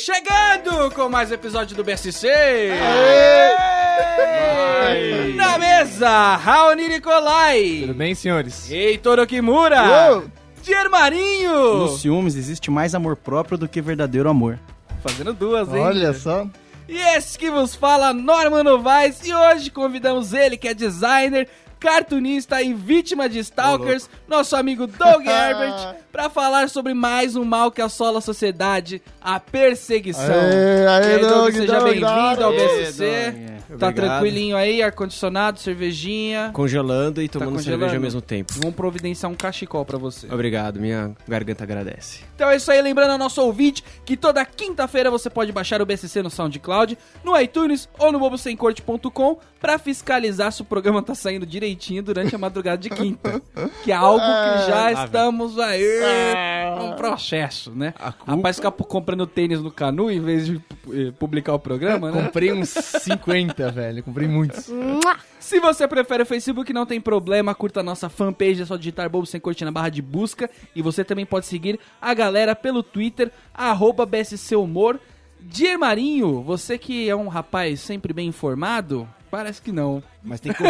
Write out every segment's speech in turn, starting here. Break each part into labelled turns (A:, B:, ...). A: chegando com mais um episódio do BSC. Aê! Na mesa, Raoni
B: Tudo
A: Nicolai,
B: bem, senhores?
A: Heitor Okimura,
C: Uou!
A: Dier Marinho,
D: Nos ciúmes existe mais amor próprio do que verdadeiro amor.
A: fazendo duas, hein?
C: Olha só.
A: E esse que vos fala, Norman Novaes, e hoje convidamos ele, que é designer, cartunista e vítima de stalkers, nosso amigo Doug Herbert, para falar sobre mais um mal que assola a sociedade, a perseguição.
C: Aê, aê,
A: E aí, Doug,
C: Doug,
A: seja
C: Doug,
A: bem-vindo
C: Doug.
A: ao
C: Aê,
A: BSC. Tá
D: Obrigado.
A: tranquilinho aí, ar-condicionado, cervejinha. Tá
E: Congelando e tomando
A: congelando?
E: cerveja ao mesmo tempo.
A: Vamos providenciar um cachecol pra você.
E: Obrigado, minha garganta agradece.
A: Então é isso aí, lembrando ao nosso ouvinte que toda quinta-feira você pode baixar o BCC no SoundCloud, no iTunes ou no bobosemcorte.com pra fiscalizar se o programa tá saindo direitinho durante a madrugada de quinta. Que é algo que já estamos aí num processo, né? Rapaz ficar comprando tênis no Canu em vez de eh, publicar o programa, né?
B: Comprei uns 50, velho. Comprei muitos.
A: Se você prefere o Facebook, não tem problema, curta a nossa fanpage, é só digitar Bobo Sem Corte na barra de busca. E você também pode seguir a galera pelo Twitter, arroba BSC Humor. Dier Marinho, você que é um rapaz sempre bem informado, parece que não.
D: Mas tem que.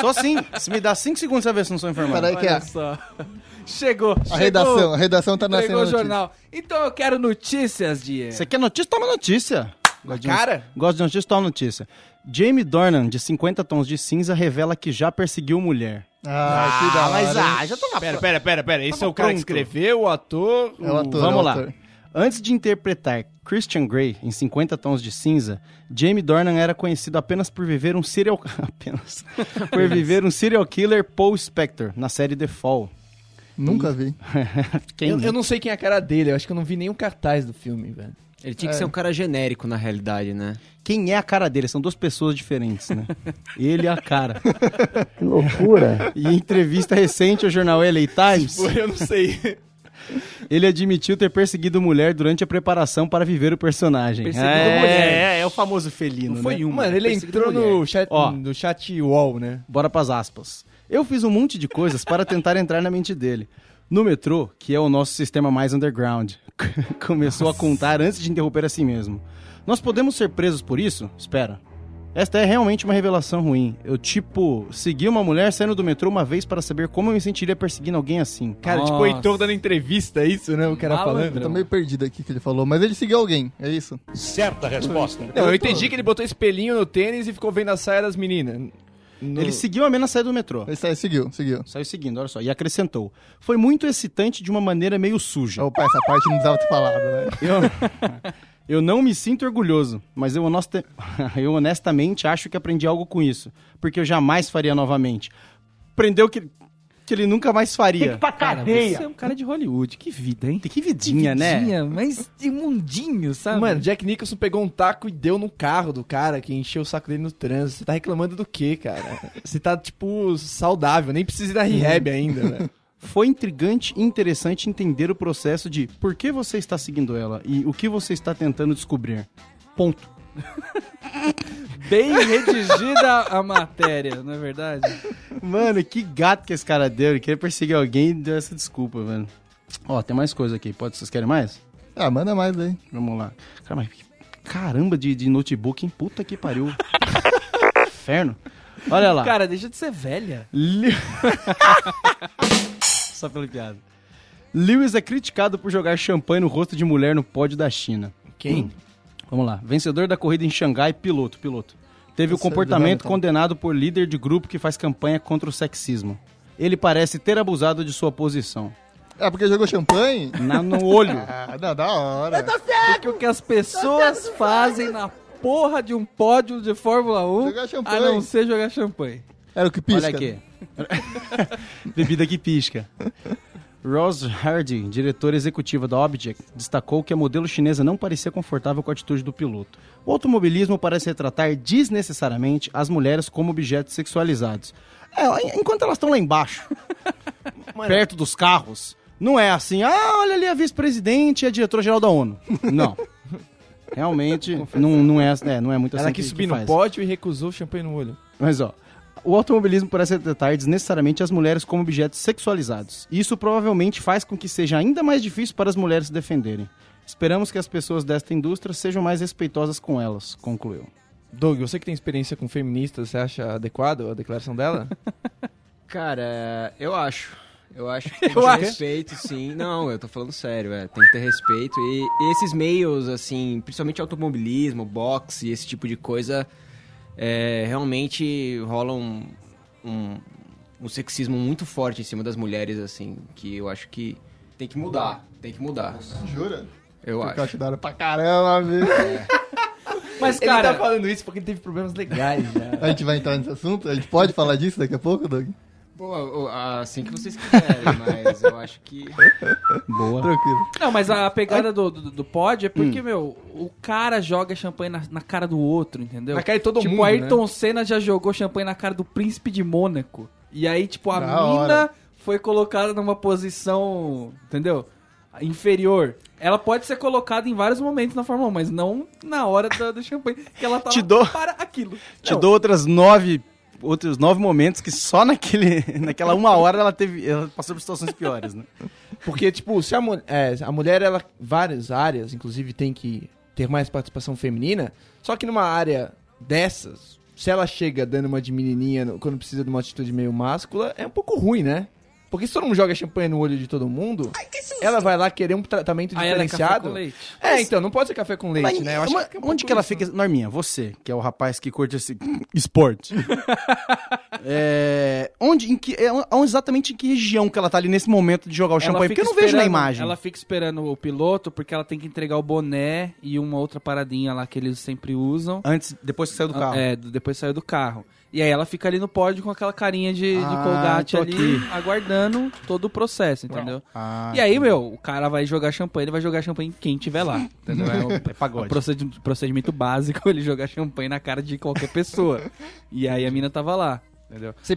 D: Só assim, se me dá 5 segundos pra ver se não sou informado.
C: Peraí é que
A: Olha
C: a,
A: só. Chegou,
C: a
A: chegou.
C: redação, a redação tá nascendo
A: Entregou o
C: notícia.
A: jornal. Então eu quero notícias, Dier.
B: é
D: Você quer notícia? Toma notícia. Gosto de
E: cara?
D: no- Gosto de notícia? Toma notícia. Jamie Dornan, de 50 tons de cinza, revela que já perseguiu mulher.
C: Ah, que da hora.
E: já tava Pera, pera, pera, pera. Esse é o cara que
D: pronto.
E: escreveu, o ator.
C: É o ator, é
D: Vamos
C: o
D: lá.
C: ator.
D: Antes de interpretar Christian Grey em 50 tons de cinza, Jamie Dornan era conhecido apenas por viver um serial apenas por viver um serial killer Paul Spector na série The Fall.
A: ah,
C: Nunca vi.
D: Quem
B: eu,
D: nunca?
B: eu não sei quem é a cara dele. Eu acho que eu não vi nenhum cartaz do filme, velho.
E: Ele tinha que ser um cara genérico na realidade, né?
D: quem é a cara dele. São duas pessoas diferentes, né? Ele e a cara.
F: Que loucura.
D: E em entrevista recente ao jornal LA Times,
E: Eu não sei.
D: ele admitiu ter perseguido mulher durante a preparação para viver o personagem.
A: Perseguido
D: é,
A: mulher.
D: É, é o famoso felino,
A: Não foi
D: né?
A: uma.
B: Mano, ele
A: perseguido
B: entrou
A: mulher.
B: no chat,
D: Ó.
B: no chat wall, né?
D: Bora pras aspas. Eu fiz um monte de coisas para tentar entrar na mente dele. No metrô, que é o nosso sistema mais underground, começou a contar antes de interromper a si mesmo. Nós podemos ser presos por isso? Espera. Esta é realmente uma revelação ruim. Eu, tipo, segui uma mulher saindo do metrô uma vez para saber como eu me sentiria perseguindo alguém assim.
B: Cara, tipo, o
A: Nossa.
B: Heitor dando entrevista, é isso, né? O cara
A: Malandro.
B: falando.
C: Eu tô meio perdido aqui que ele falou, mas ele seguiu alguém, é isso?
F: Certa resposta.
B: Não, eu entendi que ele botou espelhinho no tênis e ficou vendo a saia das meninas. No-
D: Ele seguiu a menina saindo do metrô.
C: Ele sa- seguiu, seguiu.
D: Saiu seguindo, olha só. E acrescentou. Foi muito excitante de uma maneira meio suja.
B: Oh.
C: Opa, essa parte não precisava ter falado, né?
D: Eu, eu não me sinto orgulhoso, mas eu, honosta- eu honestamente acho que aprendi algo com isso, porque eu jamais faria novamente. Aprendeu que, que ele nunca mais faria.
A: Cara, você é um cara de Hollywood, que vida, hein?
D: Que, vidinha, né?
A: Vidinha, Mas imundinho, sabe?
B: Mano, Jack Nicholson pegou um taco e deu no carro do cara que encheu o saco dele no trânsito. Você tá reclamando do quê, cara? Você tá, tipo, saudável, nem precisa ir na rehab ainda, né? velho.
D: Foi intrigante e interessante entender o processo de por que você está seguindo ela e o que você está tentando descobrir. Ponto.
A: bem redigida a matéria, não é verdade?
D: Mano, que gato que esse cara deu. Ele queria perseguir alguém e deu essa desculpa, mano. Ó, tem mais coisa aqui. Pode, vocês querem mais?
C: Ah, manda mais aí.
D: Vamos lá. Cara, mas que caramba de, de notebook, hein? Puta que pariu. Inferno. Olha lá.
A: Cara, deixa de ser velha.
D: Li- Só pelo piada. Lewis é criticado por jogar champanhe no rosto de mulher no pódio da China.
B: Quem?
D: Vamos lá. Vencedor da corrida em Xangai, piloto, piloto. Teve o
C: Isso é
D: comportamento
C: drama, então.
D: condenado por líder de grupo que faz campanha contra o sexismo. Ele parece ter abusado de sua posição.
C: Ah, porque jogou champanhe?
D: Na- no olho.
C: Ah, não, da hora.
A: Porque o que as pessoas
C: é
A: fazem na porra de um pódio de Fórmula 1
C: Jogar champanhe.
A: a não ser jogar champanhe.
C: Era o que pisca.
D: Olha aqui. Bebida que pisca. Rose Hardy, diretora executiva da Object, destacou que a modelo chinesa não parecia confortável com a atitude do piloto. O automobilismo parece retratar desnecessariamente as mulheres como objetos sexualizados. É, en- enquanto elas estão lá embaixo, perto dos carros, não é assim, ah, olha ali a vice-presidente e a diretora-geral da ONU. Não. Realmente, não, não, é, é, não é muito assim
B: Ela quis subir no
D: faz.
B: pódio e recusou o champanhe no olho.
D: Mas ó, O automobilismo parece tratar desnecessariamente as mulheres como objetos sexualizados. Isso provavelmente faz com que seja ainda mais difícil para as mulheres se defenderem. Esperamos que as pessoas desta indústria sejam mais respeitosas com elas, concluiu.
B: Doug, você que tem experiência com feministas, você acha adequado a declaração dela?
E: Cara, eu acho. Eu acho que tem que é? ter respeito, sim. Não, eu tô falando sério, é. Tem que ter respeito. E, e esses meios, assim, principalmente automobilismo, boxe, esse tipo de coisa, é, realmente rola um, um, um sexismo muito forte em cima das mulheres, assim, que eu acho que tem que mudar. Tem que mudar.
C: Jura?
E: Eu
C: Porque eu
E: acho.
C: acho da hora pra caramba, velho.
A: Mas,
C: tá
A: cara,
B: falando isso porque ele teve problemas legais já.
C: A gente vai entrar nesse assunto? A gente pode falar disso daqui a pouco, Doug?
E: Pô, eu- assim que vocês quiserem, mas eu acho que.
D: Boa.
C: Tranquilo.
A: não, mas a pegada do, do, do pod é porque, meu, o cara joga champanhe na, na cara do outro, entendeu?
B: Na cara de todo
A: tipo,
B: mundo,
A: o Ayrton Senna já jogou champanhe na cara do príncipe de Mônaco. E aí, tipo, a
C: Da
A: mina
C: hora.
A: foi colocada numa posição, entendeu? Inferior. Ela pode ser colocada em vários momentos na Fórmula 1, mas não na hora da- do champanhe. Que ela tá
D: Te
A: lá
D: dou-
A: para aquilo.
D: Te
A: Não,
D: dou outras nove, outros nove momentos que só naquele, naquela uma hora ela teve, ela passou por situações piores, né?
B: Porque, tipo, se a, mu- é, a mulher, ela, várias áreas, inclusive, tem que ter mais participação feminina, só que numa área dessas, se ela chega dando uma de menininha no- quando precisa de uma atitude meio máscula, é um pouco ruim, né? Porque se todo mundo joga champanhe no olho de todo mundo, ela vai lá querer um tratamento
A: Aí ela é café com
B: diferenciado. É,
A: leite.
B: então, não pode ser café com leite,
D: Mas
B: né? Eu acho
D: uma-
B: que é um
D: onde
B: pouco
D: que ela
B: isso, né?
D: fica? Norminha, você, que é o rapaz que curte esse esporte. É, onde, em que, é, onde- exatamente em que região que ela tá ali nesse momento de jogar o champanhe? Porque
A: fica
D: eu não vejo na
A: esperando-
D: imagem.
A: Ela fica esperando o piloto porque ela tem que entregar o boné e uma outra paradinha lá que eles sempre usam.
D: Antes, depois que saiu do carro.
A: É, do- depois saiu do carro. E aí ela fica ali no pódio com aquela carinha de, de
D: Ah,
A: colgate
D: tô
A: ali,
D: aqui.
A: aguardando todo o processo, entendeu?
D: Ah,
A: e aí, meu, o cara vai jogar champanhe, ele vai jogar champanhe em quem tiver lá. Entendeu? É um
D: é pagode.
A: procedi- procedimento básico ele jogar champanhe na cara de qualquer pessoa. e aí a mina tava lá.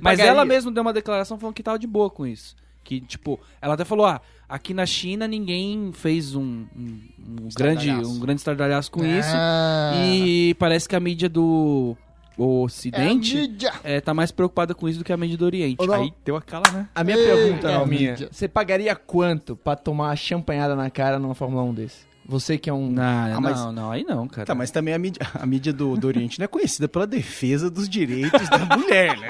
A: Mas ela mesma deu uma declaração falando que tava de boa com isso. Que, tipo, ela até falou, ah, aqui na China ninguém fez um, um- um grande um grande estardalhaço com isso.
C: Ah,
A: E parece que a mídia do
C: é a
A: Ocidente
C: mídia.
A: é, tá mais preocupada com isso do que a mídia do Oriente.
B: Ô, não.
A: Aí deu aquela, né?
B: A minha
C: Ei,
B: pergunta,
C: é,
B: Alminha,
C: mídia.
B: você pagaria quanto pra tomar a champanhada na cara numa Fórmula 1 desse? Você que é um...
A: Não,
D: mas-
A: não, não, aí não, cara.
D: Tá, mas também a mídia, a mídia do, do Oriente não é conhecida pela defesa dos direitos da mulher, né?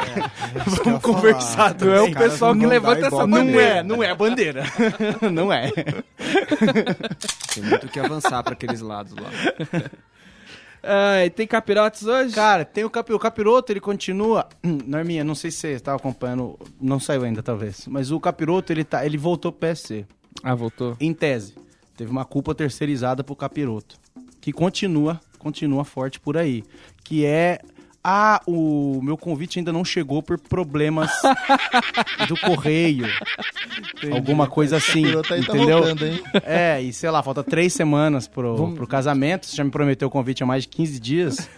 D: Vamos conversar também.
A: é o pessoal que levanta essa
D: Não
A: bandeira.
D: é, não é a bandeira. não é.
E: Tem muito o que avançar pra aqueles lados lá.
A: Ai, tem capirotes hoje?
D: Cara, tem o, capi, o capiroto, ele continua. Hum, Norminha, não sei se você estava acompanhando, não saiu ainda, talvez. Mas o capiroto, ele, tá, ele voltou pro PSC.
A: Ah, voltou.
D: Em tese, teve uma culpa terceirizada pro capiroto. Que continua, continua forte por aí. Que é. Ah, o meu convite ainda não chegou por problemas do correio. Alguma coisa assim.
C: Piloto aí tá
D: entendeu?
C: voltando, hein?
D: É, e sei lá, falta três semanas pro, pro casamento. Você já me prometeu o convite há mais de 15 dias.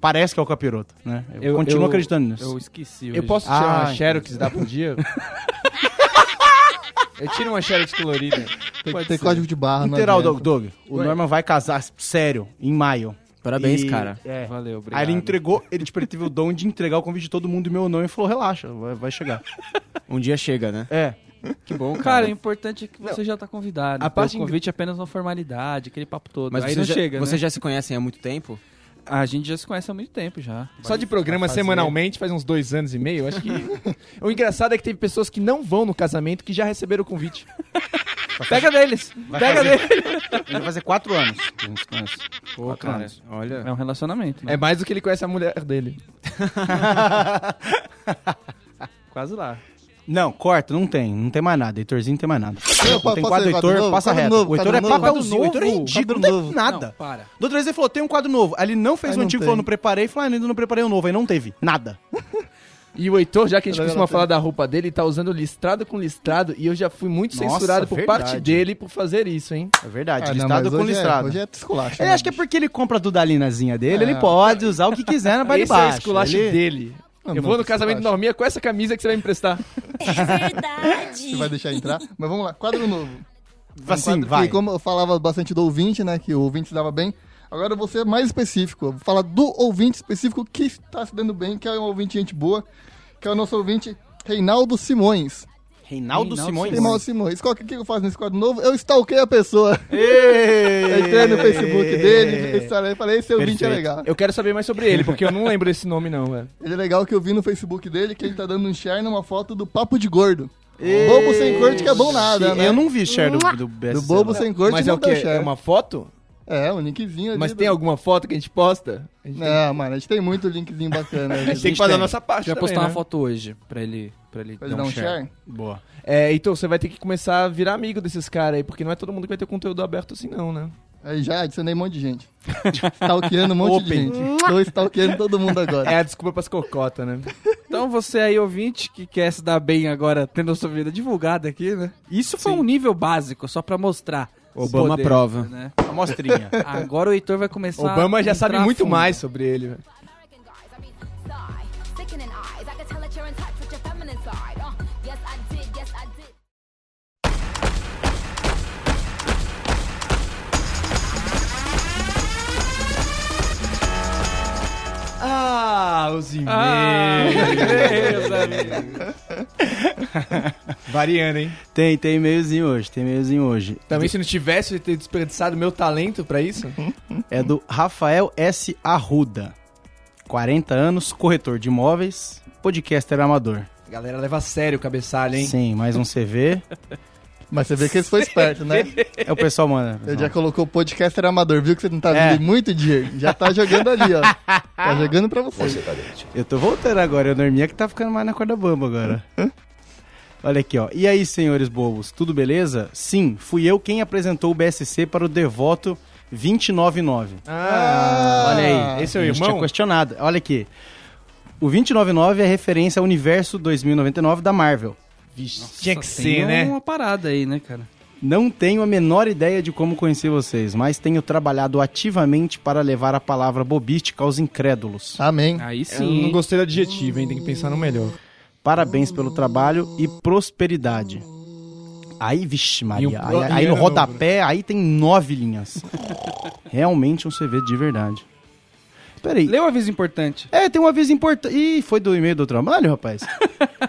D: Parece que é o capiroto, né? Eu, continuo acreditando nisso.
A: Eu esqueci hoje.
B: Eu posso tirar
D: Ah,
B: uma xerox e dar pro dia? Eu tiro uma xerox colorida.
C: Tem que ter código de barra, não
D: Literal, Doug,
C: adianta.
D: Doug. O Norman vai casar, sério, em maio.
E: Parabéns,
D: E-
E: cara.
D: É.
A: Valeu, obrigado.
D: Aí ele entregou, ele, tipo, ele teve o dom de entregar o convite de todo mundo e meu nome e falou, relaxa, vai, vai chegar.
E: Um dia chega, né?
D: É.
E: Que bom,
A: Cara, o importante é que você já tá convidado.
B: A
A: A
B: parte
A: parte o convite é apenas uma formalidade, aquele papo todo.
E: Mas
A: aí
E: vocês
A: não
E: já,
A: chega, né?
E: vocês já se conhecem há muito tempo?
A: A gente já se conhece há muito tempo já.
B: Só de programa semanalmente, faz uns dois anos e meio, eu acho que... o engraçado é que teve pessoas que não vão no casamento que já receberam o convite.
A: Pega deles! Pega
D: fazer-
A: deles!
D: Ele vai fazer quatro anos que a gente se conhece.
E: Pô,
D: Quatro anos.
E: olha.
A: É um relacionamento, né?
B: É mais do que ele conhece a mulher dele.
A: quase lá.
D: Não, corta, não tem. Não tem mais nada. Heitorzinho não tem mais nada.
C: Eu posso
D: tem
C: fazer
D: quadro
C: quadro
D: Heitor,
C: novo,
D: passa
C: quadro
D: reto.
C: novo,
D: o Heitor é
C: quadro novo.
D: papelzinho, o Heitor é
C: Quadro
D: ridículo, não
C: novo.
D: tem nada.
A: Não, para.
D: Do outra vez ele falou, tem um quadro novo. Aí ele não fez
C: Aí
D: o
C: não
D: antigo,
C: tem.
D: falou, não preparei. Falei, ainda não preparei o novo. Aí não teve. Nada.
B: E o Heitor, já que a gente
C: Ela-
B: costuma
C: ela-
B: falar da roupa dele, tá usando listrado com listrado e eu já fui muito
D: Nossa,
B: censurado por
D: verdade.
B: parte dele por fazer isso, hein?
D: É verdade,
C: Ah, não,
D: listado
C: mas
D: com
C: hoje é-
D: listrado.
C: Hoje é esculacho.
D: Ele
C: né,
D: acha que é
C: bicho?
D: porque ele compra a dudalinazinha dele,
C: É.
D: ele pode usar o que quiser na parte de
B: Esse é o
D: baixo.
B: esculacho
D: Ele-
B: dele. eu
C: Não, não,
B: vou no
C: esculacho.
B: casamento de Norminha com essa camisa que você vai me emprestar.
G: verdade.
D: é
C: Você vai deixar entrar? Mas vamos lá, quadro novo. Um
D: Assim,
C: quadro
D: vai.
C: Que, como eu falava bastante do ouvinte, né? Que o ouvinte se dava bem. Agora eu vou ser mais específico. Eu vou falar do ouvinte específico que está se dando bem, que é um ouvinte gente boa, que é o nosso ouvinte Reinaldo Simões.
D: Reinaldo, Simões.
C: Reinaldo Simões. Qual que, que eu faço nesse quadro novo? Eu stalkei a pessoa. Eu
D: Ei!
C: entrei no Facebook
B: É.
C: dele, instalei, falei, esse ouvinte é
D: Perfeito.
C: legal.
B: Eu quero saber mais sobre ele, porque eu não lembro esse nome, não, velho.
C: Ele é legal que eu vi no Facebook dele que ele tá dando um share numa foto do Papo de Gordo. Bobo sem corte que é bom nada, né?
D: Eu não vi share do, do
C: Do
D: né?
C: Bobo sem corte
B: Mas é
C: não
B: o
C: dá
B: quê?
C: share.
B: É uma foto?
C: É, um linkzinho ali.
B: Mas
C: do-
B: tem alguma foto que a gente posta? A gente tem-
C: Não, mano, a gente tem muito linkzinho bacana.
B: a
C: né?
B: gente É. tem que fazer a nossa
A: A
B: parte
A: gente vai
B: também,
A: postar uma
B: né?
A: foto hoje pra ele, pra ele
C: Pra ele dar um share.
D: Boa.
B: É, então você vai ter que começar a virar amigo desses caras aí, porque não é todo mundo que vai ter conteúdo aberto assim, não, né?
C: Aí já adicionei um monte de gente. Stalkeando um monte de
D: Open.
C: gente. Tô stalkeando todo mundo agora.
B: É a desculpa pras cocota, né?
A: Então você aí, ouvinte, que quer se dar bem agora, tendo a sua vida divulgada aqui, né? Isso foi um nível básico, só pra mostrar. o
E: Obama
A: poder,
E: aprova.
A: Né?
D: Amostrinha.
A: Agora o Heitor vai começar
B: Obama já
A: a
B: sabe
A: entrar
B: muito
A: fundo.
B: mais sobre ele, velho.
G: American guys, I mean, sigh. Sickening eyes, I can tell that you're in touch with your feminine side. Uh, yes, I did, yes, I did.
B: Ah, os e-mails.
A: Ah, meus amigos.
B: Variando, hein?
D: Tem, tem e-mailzinho hoje, tem e-mailzinho hoje.
B: Também se não tivesse eu ter desperdiçado meu talento pra isso.
D: É do Rafael S. Arruda. 40 anos, corretor de imóveis, podcaster amador.
B: A galera leva a sério o cabeçalho, hein?
D: Sim, mais um CV.
C: Mas você vê que esse foi esperto, né?
D: É o pessoal, mano.
C: Ele já colocou o podcaster amador, viu que você não tá
D: É.
C: vendo muito, Diego? Já tá jogando ali, ó. Tá jogando pra você.
D: Eu tô voltando agora, eu dormia que tá ficando mais na corda bamba agora. Olha aqui, ó. E aí, senhores bobos, tudo beleza? Sim, fui eu quem apresentou o BSC para o Devoto 299.
B: Ah,
D: Olha aí,
B: Esse é o
D: a gente
B: irmão?
D: tinha questionado. Olha aqui. O 2099 é referência ao universo 2099 da Marvel.
B: tinha que
A: Tem
B: ser, né?
A: uma parada aí, né, cara?
D: Não tenho a menor ideia de como conhecer vocês, mas tenho trabalhado ativamente para levar a palavra bobística aos incrédulos.
C: Amém.
A: Aí
B: Eu
A: sim.
B: não gostei do adjetivo, hein? Tem que pensar no melhor.
D: Parabéns pelo trabalho e prosperidade. Aí, vixe, Maria.
B: E o-
D: aí,
B: e
D: aí no
B: ano novo,
D: rodapé, aí tem nove linhas. Realmente um CV de verdade. Peraí.
A: Leu um aviso importante.
D: É, tem um aviso importante. Ih, foi do e-mail do trabalho, rapaz.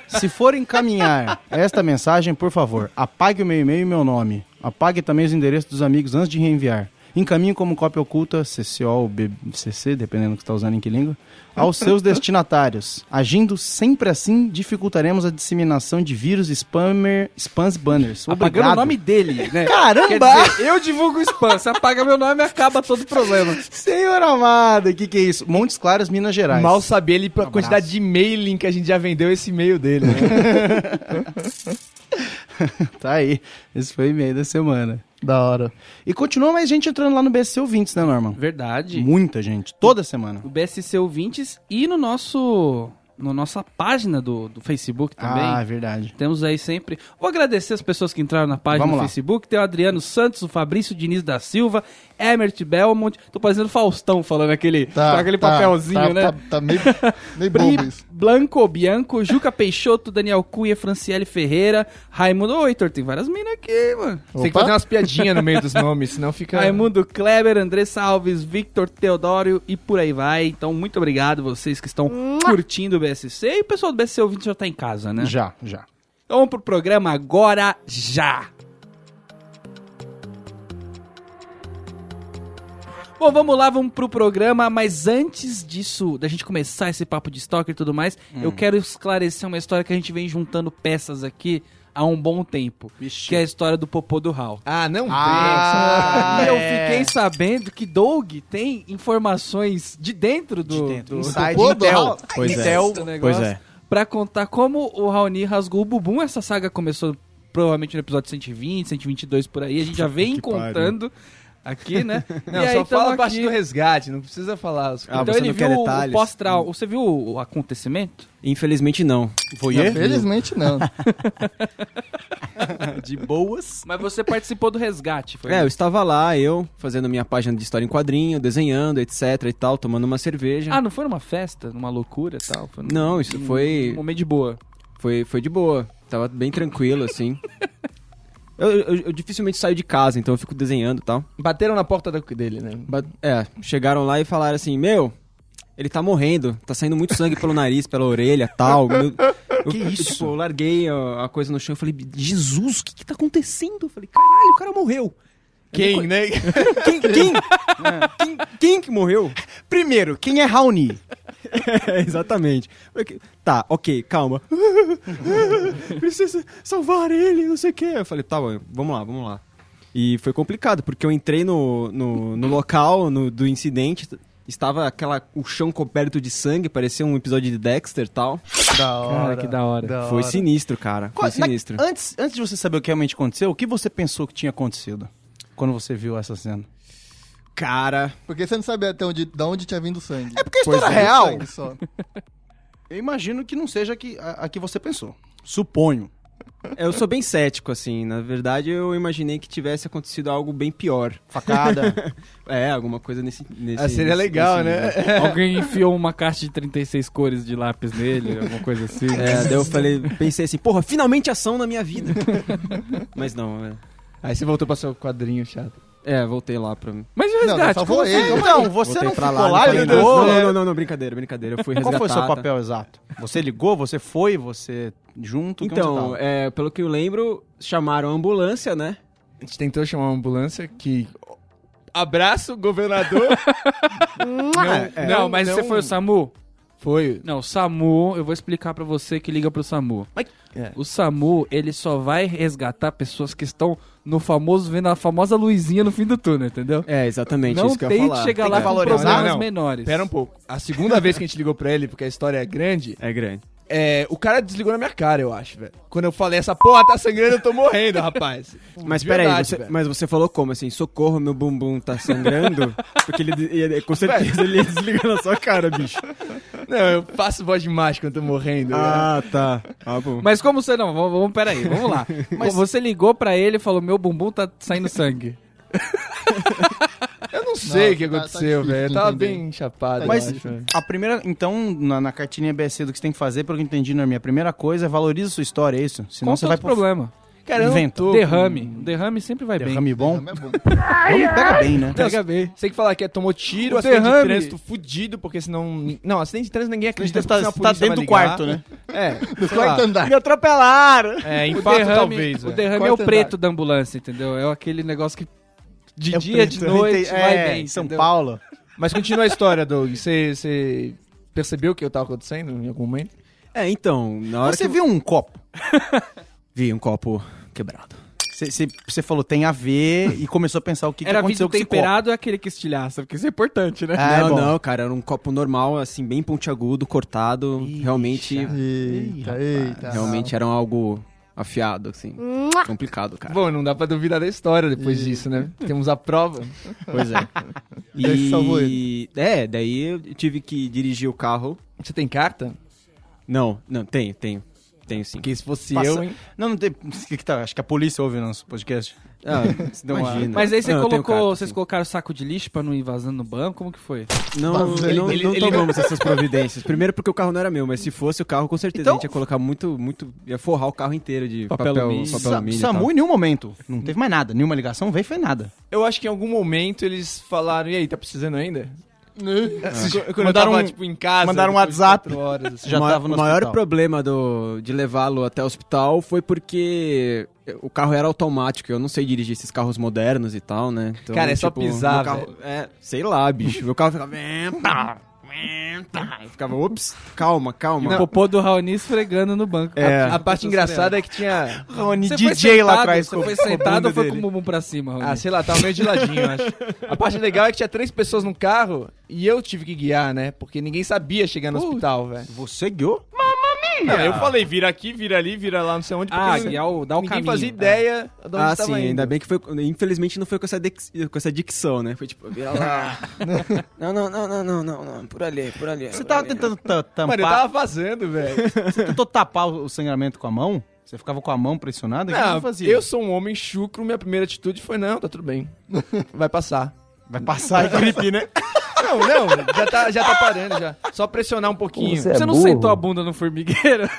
D: Se for encaminhar esta mensagem, por favor, apague o meu e-mail e meu nome. Apague também os endereços dos amigos antes de reenviar. Encaminhe como cópia oculta, CCO ou BCC, dependendo do que está usando em que língua, aos seus destinatários. Agindo sempre assim, dificultaremos a disseminação de vírus, spammer, spams, banners.
A: Apagando o
D: Obrigado.
A: nome dele, né?
D: Caramba!
A: Quer dizer, eu divulgo o spam. Você apaga meu nome, acaba todo o problema.
D: Senhor amado, o que, que é isso? Montes Claros, Minas Gerais.
B: Mal sabia ele pra quantidade de mailing que a gente já vendeu esse e-mail dele. Né?
D: Tá aí. Esse foi o e-mail da semana.
C: Da hora.
D: E continua mais gente entrando lá no BSC Ouvintes, né, Norman?
A: Verdade.
D: Muita gente, toda semana.
A: O BSC Ouvintes e no nosso... Na nossa página do, do Facebook também.
D: Ah, verdade.
A: Temos aí sempre. Vou agradecer as pessoas que entraram na página
D: Vamos
A: do
D: lá.
A: Facebook. Tem o Adriano Santos, o Fabrício Diniz da Silva, Emert Belmont. Tô parecendo Faustão falando aquele, com aquele papelzinho,
C: tá,
A: né?
C: Tá, tá meio, meio
A: Bri
C: bobo isso.
A: Blanco Bianco, Juca Peixoto, Daniel Cunha, Franciele Ferreira, Raimundo. Ô, Heitor, tem várias minas aqui, mano.
B: Tem que
C: Opa.
B: fazer umas piadinhas no meio dos nomes, senão fica.
A: Raimundo Kleber, Andressa Alves, Victor Teodório e por aí vai. Então, muito obrigado vocês que estão curtindo o BSC. E o pessoal do BSC ouvinte já tá em casa, né?
D: Já, já.
A: Então vamos pro programa agora já. Bom, vamos lá, vamos pro programa, mas antes disso, da gente começar esse papo de stalker e tudo mais, eu
D: Hum.
A: quero esclarecer uma história que a gente vem juntando peças aqui há um bom tempo, que é a história do popô do Hal.
B: Ah, não
D: Ah,
A: e eu
D: é.
A: fiquei sabendo que Doug tem informações de dentro do,
D: dentro,
A: do,
D: inside,
A: do-
D: intel. Pois é.
A: intel do
D: Pois
A: negócio,
D: é.
A: pra contar como o Raoni rasgou o bumbum. Essa saga começou provavelmente no episódio 120, 122 por aí. A gente já vem
D: Que pariu.
A: contando aqui, né?
B: Não,
A: E aí,
B: só
A: tamo
B: fala a parte
A: aqui.
B: do resgate, não precisa falar. Os...
D: Ah,
A: então
D: você
A: ele
D: não quer
A: viu o
D: detalhes?
A: pós-trauma. Você viu o acontecimento?
E: Infelizmente não. Foi
C: Felizmente não.
D: De boas.
A: Mas você participou do resgate, foi?
E: É, eu estava lá, eu, fazendo minha página de história em quadrinho, desenhando, etc e tal, tomando uma cerveja.
A: Ah, não foi numa festa, numa loucura e tal? Foi num-
E: Não, isso
A: num
E: foi,
A: momento de boa.
E: foi, foi de boa. Tava bem tranquilo, assim. Eu, eu- eu dificilmente saio de casa, então eu fico desenhando e tal.
B: Bateram na porta da- dele, né?
E: Ba- É, chegaram lá e falaram assim: Meu, ele tá morrendo, tá saindo muito sangue pelo nariz, pela orelha tal. Meu- eu, que isso? Tipo, eu larguei a, a coisa no chão e falei: Jesus, o que que tá acontecendo? Eu falei: Caralho, o cara morreu.
B: Quem, né?
E: Quem, quem, quem, quem que morreu?
D: Primeiro, quem é Raoni?
E: É, exatamente. Porque- Tá, ok, calma. Precisa salvar ele, não sei o quê. Eu falei, tá bom, vamos lá, vamos lá. E foi complicado, porque eu entrei no, no, no local no- do incidente, estava aquela, o chão coberto de sangue, parecia um episódio de Dexter e tal.
C: Da hora.
A: Cara, que da hora.
E: foi sinistro, cara. Foi
D: Na- Ah.
E: sinistro.
D: antes, antes de você saber o que realmente aconteceu, o que você pensou que tinha acontecido quando você viu essa cena?
E: Cara,
C: Porque você não sabia até onde, da onde tinha vindo o sangue.
D: porque a
C: Pois é,
D: real.
C: sangue só.
D: Eu imagino que não seja a que, a, a que você pensou. Suponho.
E: eu sou bem cético, assim. Na verdade, eu imaginei que tivesse acontecido algo bem pior.
D: Facada.
E: É, alguma coisa nesse. nesse
B: Ah, seria
E: nesse-
B: legal,
E: nesse nível.
B: né?
A: Alguém enfiou uma caixa de 36 cores de lápis nele, alguma coisa assim.
E: É, daí eu falei, pensei assim, porra, finalmente ação na minha vida. Mas não, é.
B: Aí você voltou pra seu quadrinho chato.
E: É, voltei lá pra.
A: Mas e o
C: Não, não,
A: resgate?
C: salvou ele.
D: então, você
E: voltei
D: não
E: pra
D: ficou
E: lá.
D: lá
E: não,
D: e
E: falei,
D: ligou?
E: não, não, não, não, não, brincadeira, brincadeira. Eu fui
D: Qual
E: resgatar.
D: foi o seu papel exato? Você ligou, você foi, você junto? que um onde você
E: Então,
D: tava?
E: é, pelo que eu lembro, chamaram a ambulância, né?
B: A gente tentou chamar uma ambulância que... Abraço, governador. É.
A: Não, mas você foi o SAMU?
B: Foi.
A: Não, o SAMU, eu vou explicar pra você que liga pro SAMU.
B: É.
A: O SAMU, ele só vai resgatar pessoas que estão no famoso, vendo a famosa luzinha no fim do túnel, entendeu?
E: É, exatamente.
A: não tente chegar
B: Tem
A: lá
B: que
A: com
B: valorizar.
A: problemas
B: Não, não.
A: menores.
B: Pera um pouco. A segunda vez que a gente ligou pra ele, porque a história é grande,
E: É grande.
B: é, o cara desligou na minha cara, eu acho, velho. Quando eu falei, essa porra tá sangrando, eu tô morrendo, rapaz.
E: Mas
B: De
E: peraí,
B: verdade,
E: você,
B: velho.
E: mas você falou como? Assim, socorro, meu bumbum tá sangrando? Porque ele, ele- com certeza ele ia desligar na sua cara, bicho.
B: Não, eu faço voz de macho quando eu tô morrendo. né?
E: tá. Ah, bom.
A: Mas como você não, vamos, vamos peraí, vamos lá. Mas você ligou pra ele e falou: meu bumbum tá saindo sangue.
B: Eu não sei
C: Não,
B: o que
C: tá- tá
B: aconteceu,
C: difícil
B: velho. Eu
C: de
B: tava
C: entender.
B: bem chapado,
D: Mas
A: É,
B: eu acho, velho.
D: a primeira, então, na, na cartinha BC do que você tem que fazer, pelo que eu entendi, na minha primeira coisa é valoriza a sua história, é isso? Senão
A: Qual
D: você
A: que é
D: vai
A: o problema?
B: Cara, eu não
D: Inventa.
B: tô com-
A: Derrame. Derrame sempre vai bem.
D: derrame bom.
C: Não é bom.
D: Derrame pega bem, né?
B: Não, Você que falar que é, tomou tiro,
A: O
B: acidente
A: derrame-
B: de trânsito fudido, porque senão. Não, acidente de trânsito ninguém acredita.
D: Você tá-
B: porque senão a
D: você tá
B: polícia vai
D: dentro do
B: ligar.
D: quarto, né?
B: É.
C: Do quarto andar.
D: Me atropelaram!
B: É,
A: O
B: infarto
A: derrame,
B: talvez.
A: o
B: velho.
A: derrame é o
B: Quarto
A: preto da ambulância, entendeu? É aquele negócio que de
D: É o
A: dia, de
D: preto, eu
A: noite,
D: entendi.
A: vai
D: É,
A: bem.
D: em São
A: entendeu?
D: Paulo.
B: andar. Mas continua a história, Doug. Você- Você percebeu o que eu tava acontecendo em algum momento?
E: É, então, na hora
D: Você
E: que...
D: viu um copo.
E: Vi um copo quebrado.
D: Você- Você você falou, tem a ver, e começou a pensar o que, que
A: Era
D: aconteceu
A: vídeo
D: com esse copo.
A: temperado é aquele que estilhaça, porque isso é importante, né?
D: Ah, é
E: não,
D: bom.
E: não, cara, era um copo normal, assim, bem pontiagudo, cortado. realmente,
C: Eita, eita.
E: realmente era algo afiado, assim. Complicado, cara.
B: Bom, não dá pra duvidar da história depois disso, né? Temos a prova.
D: Pois é.
C: Esse salvou
E: E é, daí eu tive que dirigir o carro.
B: Você tem carta?
E: Não, não, tenho, tenho. Tenho sim.
B: Porque se fosse
D: Passa-
B: eu, hein?
D: Não, não tem... que que tá? Acho que a polícia ouve o nosso podcast.
E: Ah, não imagina.
A: Mas aí você
E: Não, eu tenho
A: colocou,
E: carta,
A: vocês
E: sim.
A: colocaram saco de lixo pra não ir vazando no banco, como que foi?
E: Não,
C: Ele-
E: não,
C: ele-
E: não
C: ele-
E: tomamos essas providências. Primeiro porque o carro não era meu, mas se fosse o carro, com certeza
D: Então-
E: a gente ia colocar muito, muito... Ia forrar o carro inteiro de
A: Papel
E: papel, papel
A: alumínio.
D: Sa-
E: alumínio. e
D: Samu
E: tal.
D: em nenhum momento. Não teve mais nada. Nenhuma ligação veio, foi nada.
B: Eu acho que em algum momento eles falaram, e aí, tá precisando ainda? Né? Ah. Quando eu
D: Mandaram
B: tava,
D: um-
B: tipo, em casa.
D: mandaram um
B: depois de
D: WhatsApp.
B: quatro Horas, assim.
D: Já
E: o ma-
D: tava no
E: o maior
D: hospital.
E: problema do, de levá-lo até o hospital foi porque o carro era automático. Eu não sei dirigir esses carros modernos e tal, né? Então,
B: Cara, é só pisar,
E: meu carro- É, sei lá, bicho. Meu carro ficava. "Eita, eita", Eu ficava, ops, calma, calma.
A: O popô do Raoni esfregando no banco.
D: É.
B: A parte engraçada é que tinha.
D: Rony,
A: Você foi
D: DJ um lá
A: sentado-
D: atrás.
A: Você
D: com-
A: foi
D: com a
A: sentado
D: bunda
A: ou foi com
D: dele.
A: o bumbum pra cima, Raoni?
B: Ah, sei lá, tava meio de ladinho, eu acho. A parte legal é que tinha três pessoas no carro e eu tive que guiar, né? Porque ninguém sabia chegar no hospital, velho.
D: Você guiou?
B: Não, eu falei, vira aqui, vira ali, vira lá, não sei onde.
A: Ah,
B: porque
A: guiar o- dar o
B: ninguém
A: caminho.
B: fazia ideia de onde
E: Ah,
B: estava
E: sim,
B: indo.
E: ainda bem que foi. Infelizmente não foi com essa, dex- com essa dicção, né? Foi tipo, vira lá. não, não, não, não, não, não, não. Por ali, por ali.
D: Você
E: por
D: tava
E: ali.
D: tentando ta- tampar.
B: Mano, eu tava vazando, velho.
D: Você tentou tapar o o sangramento com a mão? Você ficava com a mão pressionada? O que
B: Não,
D: você fazia?
B: eu sou um homem chucro, minha primeira atitude foi, não, tá tudo bem. Vai passar.
D: Vai passar e gripe, né?
B: Não, não, já tá, já tá parando já. Só pressionar um pouquinho.
F: Você é
A: Você não
F: burro.
A: sentou a bunda no formigueiro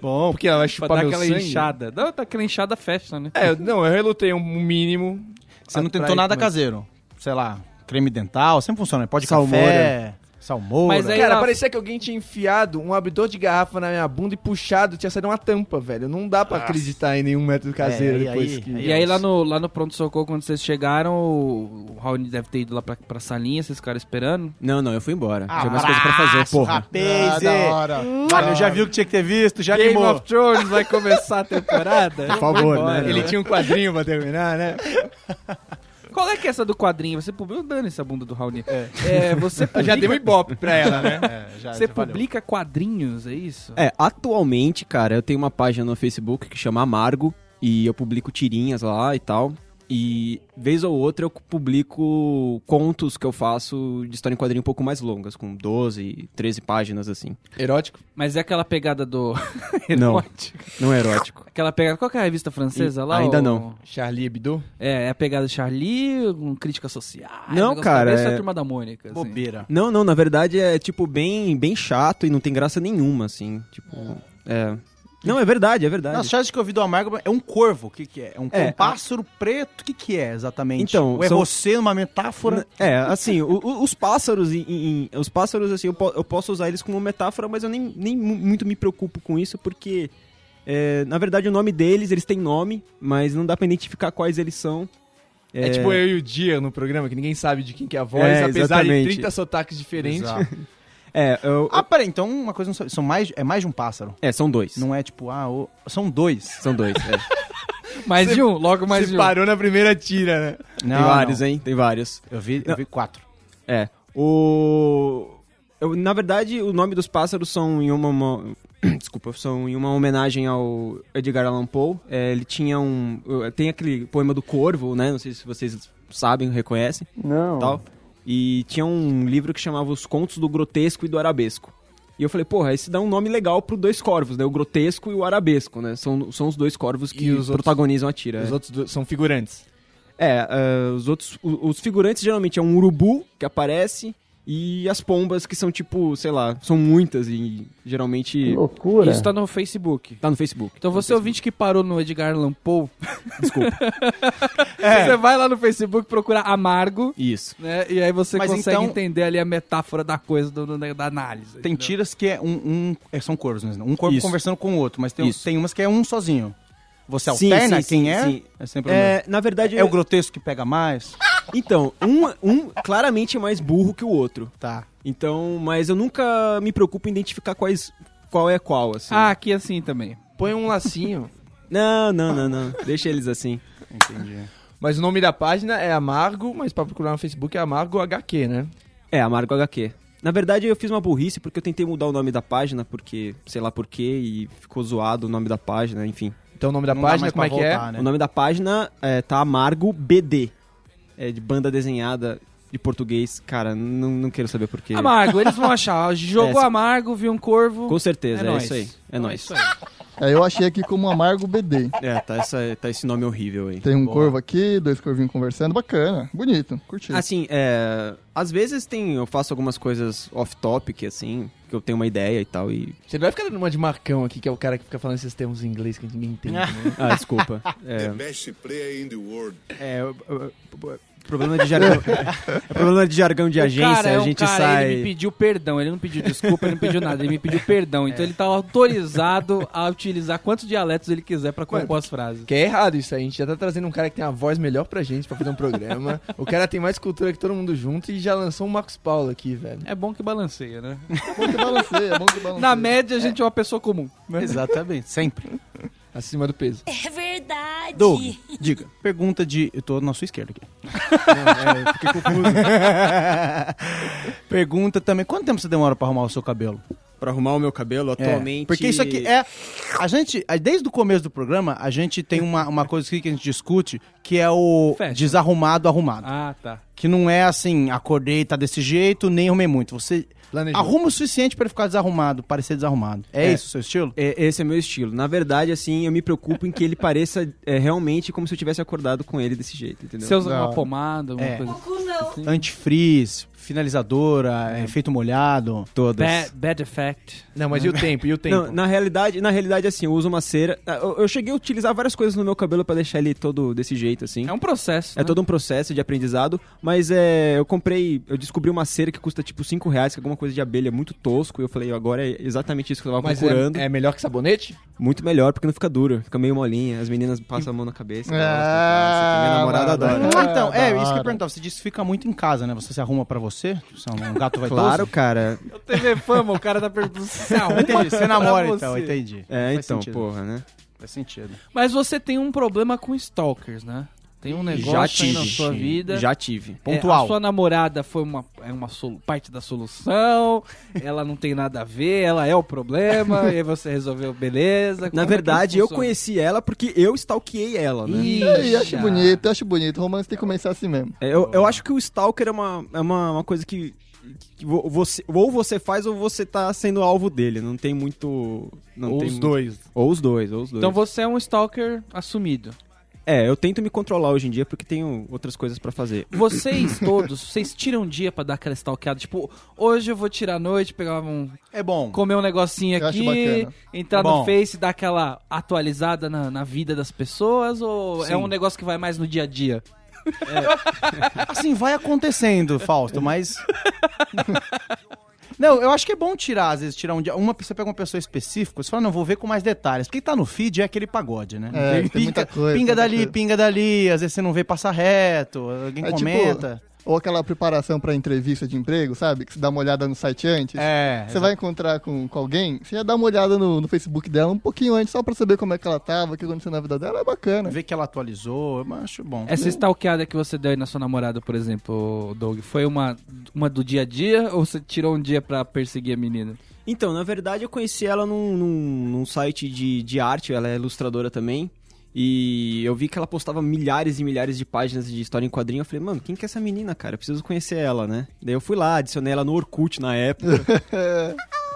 B: Bom, porque ela vai
A: pra
B: chupar
A: dar
B: meu
A: aquela
B: Tipo, sangue.
A: inchada? Não, tá aquela inchada festa, né?
B: É, eu- não, eu relutei um mínimo.
D: Você não
B: Atrai-
D: tentou nada
B: mas-
D: caseiro. Sei lá, creme dental, sempre funciona. né? Pode café,
B: Salmoura.
D: salmoura.
A: Mas aí-
B: Cara,
A: ela-
B: parecia que alguém tinha enfiado um abridor de garrafa na minha bunda e puxado, tinha saído uma tampa, velho. Não dá pra acreditar em nenhum método
D: É,
B: caseiro
D: e
B: depois
D: aí-
B: que...
A: E aí lá no, lá no pronto-socorro, quando vocês chegaram, o o Raoni deve ter ido lá pra, pra salinha, vocês ficaram esperando.
E: Não, não, eu fui embora. Tinha mais coisa pra fazer, porra.
C: Ah, da hora.
D: Mano, eu já vi o que tinha que ter visto, já
A: Game
D: animou.
A: of Thrones vai começar a temporada?
D: Por favor, né?
B: Ele tinha um quadrinho pra terminar, né?
A: Qual é que é essa do quadrinho? Você publica... Dane essa bunda do Raoni. É. você publica,
B: Eu já dei um ibope pra ela, né?
D: É,
A: você publica quadrinhos, é isso?
E: É, atualmente, cara, eu tenho uma página no Facebook que chama Amargo e eu publico tirinhas lá e tal. E vez ou outra eu publico contos que eu faço de história em quadrinho um pouco mais longas, com 12, 13 páginas assim.
B: Erótico.
A: Mas é aquela pegada do...
E: Não.
A: erótico.
E: Não é erótico.
A: Aquela pegada... Qual que é a revista francesa lá?
E: Ainda
A: o-
E: não.
B: Charlie Hebdo.
A: É, é a pegada Charlie com crítica social.
E: Não,
A: negócio
E: cara,
A: cabeça,
E: é-
A: a turma da Mônica. assim.
D: Bobeira.
E: Não, não, na verdade é tipo bem, bem chato e não tem graça nenhuma assim, tipo, é. Não, é verdade, é verdade.
D: Nas chances que eu vi do Amargo é um corvo. O que, que é? É um,
E: É,
D: um pássaro preto? O que, que é exatamente?
E: Então,
D: Ou é
E: são-
D: você numa metáfora?
E: É, assim, o- o- os pássaros, em- em- em- os pássaros, assim, eu, po- eu posso usar eles como metáfora, mas eu nem, nem mu- muito me preocupo com isso, porque, é, na verdade, o nome deles, eles têm nome, mas não dá pra identificar quais eles são.
B: É, tipo eu e o Dia no programa, que ninguém sabe de quem que é a voz,
E: É,
B: apesar
E: exatamente.
B: de 30 sotaques diferentes.
D: Exato.
E: É, eu-
D: Ah, peraí, então uma coisa não sabe. São mais, é mais de um pássaro.
E: é, são dois.
D: Não é tipo, ah, o- são dois.
E: São dois, é.
A: Mais de um, logo mais
B: Se
A: de um.
B: parou na primeira tira, né?
D: Não,
E: Tem vários,
D: não.
E: hein? Tem vários.
D: Eu vi, eu vi quatro.
E: É. O. eu- na verdade, o nome dos pássaros são em uma. uma- Desculpa, são em uma homenagem ao Edgar Allan Poe. É, ele tinha um. Tem aquele poema do Corvo, né? Não sei se vocês sabem, reconhecem
F: Não.
E: tal. E tinha um livro que chamava Os Contos do Grotesco e do Arabesco. E eu falei, porra, esse dá um nome legal pro dois corvos, né? O grotesco e o arabesco, né? São, são os dois corvos que
B: E os outros-
E: protagonizam a tira.
B: Os
E: é.
B: outros dois são figurantes.
E: É, ah, os outros. o- Os figurantes geralmente é um urubu que aparece e as pombas que são tipo, sei lá, são muitas e geralmente
F: Que loucura.
A: Isso tá no Facebook.
E: tá no Facebook.
A: Então você ouvinte que parou no Edgar Allan Poe,
E: Desculpa.
A: você vai lá no Facebook procurar Amargo,
E: Isso.
A: né? E aí você
D: Mas
A: consegue
D: então-
A: entender ali a metáfora da coisa, do, do- da análise.
D: Tem
A: entendeu?
D: tiras que é um. um- é, são corvos, né? Um corvo
E: Isso.
D: conversando com o outro, mas tem,
E: Isso.
D: tem umas que é um sozinho. Você
E: Sim,
D: alterna
E: sim, sim,
D: quem é?
E: sim.
D: É sempre o mesmo.
E: É, na verdade,
D: É o grotesco que pega mais?
E: então, um, um claramente é mais burro que o outro.
D: Tá.
E: Então, mas eu nunca me preocupo em identificar quais qual é qual, assim.
A: Ah, aqui assim também.
B: Põe um lacinho.
E: Não, não, não, não. Deixa eles assim.
D: Entendi.
B: mas o nome da página é Amargo, mas pra procurar no Facebook é Amargo HQ, né?
E: É, Amargo HQ. Na verdade, eu fiz uma burrice porque eu tentei mudar o nome da página, porque, sei lá porquê, e ficou zoado o nome da página, enfim.
B: Então o nome da
D: Não dá
B: página,
D: mais
B: como é
D: pra
B: que é?
D: voltar, né?
E: O nome da página é, tá Amargo BD. É de banda desenhada de português. Cara, não, não quero saber porquê.
A: Amargo, eles vão achar. Jogou
E: É,
A: Amargo, viu um corvo.
E: Com certeza, é,
A: nóis.
E: isso aí. É
A: Então
E: nóis.
A: isso aí.
C: É, eu achei aqui como Amargo BD.
E: É, tá, essa- tá esse nome horrível aí.
C: Tem um
D: Boa.
C: corvo aqui, dois corvinhos conversando. Bacana, bonito, curti.
E: Assim, é, às vezes tem, eu faço algumas coisas off-topic, assim, que eu tenho uma ideia e tal, e
B: Você não vai ficar dando uma de Marcão aqui, que é o cara que fica falando esses termos em inglês que ninguém entende. né?
E: Ah, desculpa. É,
H: best player in the world.
E: é, eu- eu- eu- problema de jargão. é problema de jargão de
A: O
E: agência,
A: cara é um
E: a gente
A: cara,
E: sai.
A: Ele me pediu perdão, ele não pediu desculpa, ele não pediu nada, ele me pediu perdão. Então ele tá autorizado a utilizar quantos dialetos ele quiser pra compor as frases.
B: que é errado isso aí. A gente já tá trazendo um cara que tem a voz melhor pra gente pra fazer um programa. o cara tem mais cultura que todo mundo junto e já lançou um Marcos Paulo aqui, velho.
A: É bom que balanceia, né?
C: É bom que balanceia, é bom que balanceia.
A: Na média, a gente é uma pessoa comum.
D: Exatamente, sempre.
B: Acima do peso.
I: É verdade.
D: Doug, diga. Pergunta de. Eu tô na sua esquerda aqui.
E: É,
D: fiquei confuso. Pergunta também: quanto tempo você demora pra arrumar o seu cabelo?
E: Pra arrumar o meu cabelo
D: É, porque isso aqui é. A gente, a- desde o começo do programa, a gente tem uma, uma coisa aqui que a gente discute, que é o
A: Fashion.
D: desarrumado arrumado.
A: Ah, tá.
D: Que não é assim, acordei, tá desse jeito, nem arrumei muito. Você
B: Planejou.
D: arruma o suficiente pra ele ficar desarrumado, parecer desarrumado. É,
E: É.
D: isso o seu estilo?
E: É, esse é meu estilo. Na verdade, assim, eu me preocupo em que ele pareça é, realmente como se eu tivesse acordado com ele desse jeito, entendeu?
A: Você usa
C: Da
A: uma
C: hora.
A: pomada, alguma
D: É.
A: coisa assim.
I: Conclusão.
D: Antifreeze, finalizadora, efeito molhado.
E: Todas.
A: Bad, bad effect.
B: Não, mas e o tempo? E o tempo?
E: Não, na realidade, na realidade, assim, eu uso uma cera. Ah, Eu, eu cheguei a utilizar várias coisas no meu cabelo pra deixar ele todo desse jeito, assim.
A: É um processo.
E: É
A: né?
E: todo um processo de aprendizado, mas é, eu comprei, eu descobri uma cera que custa tipo 5 reais, que é alguma coisa de abelha muito tosco, e eu falei, agora é exatamente isso que eu tava
B: mas
E: procurando.
B: é, é melhor que sabonete?
E: Muito melhor, porque não fica dura, fica meio molinha, as meninas passam a mão na cabeça.
C: Ah,
E: gostam, minha namorada
C: maravilha.
E: adora.
C: Ah,
D: então, é, isso
C: da
D: que eu
C: hora.
D: ia perguntar. Você disse que fica muito em casa, né? Você se arruma pra você? Você é um gato vai
E: Claro, cara.
A: Eu TV Fama, o cara tá perguntando se arruma
D: Entendi, você namora
A: pra
D: então,
A: você.
D: entendi.
E: É,
D: Faz
E: então,
D: sentido.
E: porra, né?
D: Faz sentido.
A: Mas você tem um problema com stalkers, né? Tem um negócio aí na
E: tive.
A: sua vida.
E: Já tive.
A: É,
D: Pontual.
A: a sua namorada foi uma, é uma solu- parte da solução, ela não tem nada a ver, ela é o problema, e aí você resolveu, beleza. como
E: Na
A: é que
E: verdade, eu
A: funciona?
E: conheci ela porque eu stalkeei ela, né?
C: Ei,
A: Ixi,
C: acho bonito, acho bonito. Romance tem que começar assim mesmo.
E: É, Eu, eu acho que o Stalker é uma, é uma, uma coisa que, que vo- você, ou você faz ou você tá sendo alvo dele. Não tem muito. Não tem muito-
D: dois.
E: Ou os dois, ou os dois.
A: Então você é um stalker assumido.
E: É, eu tento me controlar hoje em dia porque tenho outras coisas pra fazer.
A: Vocês todos, vocês tiram um dia pra dar aquela stalkeada, tipo, hoje eu vou tirar a noite, pegar um,
D: É bom.
A: comer um negocinho
C: Eu acho
A: aqui,
C: bacana.
A: entrar no
D: Bom.
A: Face, dar aquela atualizada na, na vida das pessoas, ou é
D: Sim.
A: um negócio que vai mais no dia a dia?
D: Assim, vai acontecendo, Fausto, mas. Não, eu acho que é bom tirar, às vezes, tirar um dia. Uma, você pega uma pessoa específica, você fala, não, vou ver com mais detalhes. Porque tá no feed é aquele pagode, né?
C: É, tem muita coisa,
D: pinga
C: muita
D: dali,
C: coisa.
D: pinga dali, às vezes você não vê, passa reto, alguém
C: É tipo-
D: comenta.
C: Ou aquela preparação pra entrevista de emprego, sabe? Que você dá uma olhada no site antes.
D: É.
C: Você vai encontrar com, com alguém, você ia dar uma olhada no, no Facebook dela um pouquinho antes, só pra saber como é que ela tava, o que aconteceu na vida dela, é bacana.
D: Ver que ela atualizou, eu acho bom.
E: É,
A: Essa stalkeada que você deu aí na sua namorada, por exemplo, Doug, foi uma, uma do dia a dia ou você tirou um dia pra perseguir a menina?
E: Então, na verdade, eu conheci ela num, num, num site de, de arte, ela é ilustradora também. E eu vi que ela postava milhares e milhares de páginas de história em quadrinho. Eu falei, mano, quem que é essa menina, cara? Eu preciso conhecer ela, né? Daí eu fui lá, adicionei ela no Orkut na época.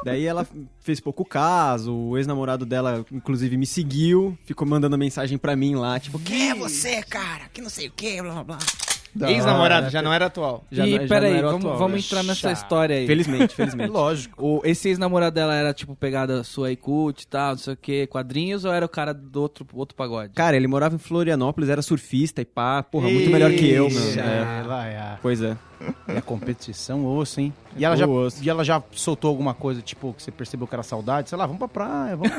E: Daí ela fez pouco caso, o ex-namorado dela, inclusive, me seguiu, ficou mandando mensagem pra mim lá, tipo, quem é você, cara? Que não sei o que, blá blá blá.
C: Da
B: Ex-namorado, já não era atual.
E: Já
A: e
E: não- é- já não
A: peraí,
E: era o
A: vamos,
E: atual,
A: vamos
E: né?
A: entrar nessa história aí.
E: Felizmente, felizmente.
D: Lógico.
A: O, esse ex-namorado dela era, tipo, pegada sua e cult e tal, não sei o que, quadrinhos, ou era o cara do outro, outro pagode?
E: Cara, ele morava em Florianópolis, era surfista e pá, porra, É muito melhor que eu, meu. É,
D: Ela é.
E: pois é.
D: É competição osso, hein?
C: É
D: E ela, já,
E: Osso.
D: e ela já soltou alguma coisa, tipo, que você percebeu que era saudade? Sei lá, vamos pra praia, vamos.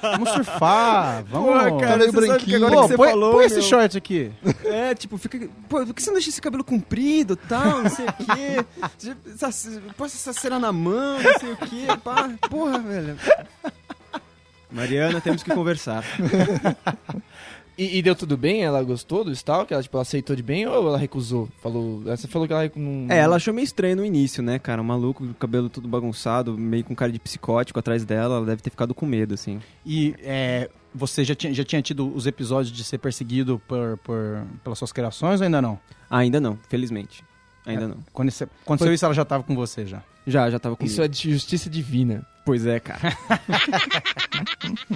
D: vamos surfar, vamos. um
C: cara, você sabe que agora
D: Pô,
C: que
D: põe, põe esse short aqui.
E: É, tipo, fica. Pô, por que você não deixa esse cabelo comprido tal? Não sei o quê. Já- essa- se- Passa essa cera na mão, não sei o quê. Pá. Porra, velho. Mariana, temos que conversar.
B: E, e deu tudo bem? Ela gostou do stalk? Ela, tipo, ela aceitou de bem ou ela recusou? Falou, você falou que ela recu- não...
E: É, ela achou meio estranho no início, né, cara? Um maluco, o cabelo todo bagunçado, meio com cara de psicótico atrás dela. Ela deve ter ficado com medo, assim.
D: E é, você já tinha, já tinha tido os episódios de ser perseguido por, por- pelas suas criações ou ainda não?
E: ainda não, felizmente. Ainda não.
D: Quando isso aconteceu isso, ela já tava com você já.
E: Já, já tava com
B: Isso é de justiça divina.
E: Pois é, cara.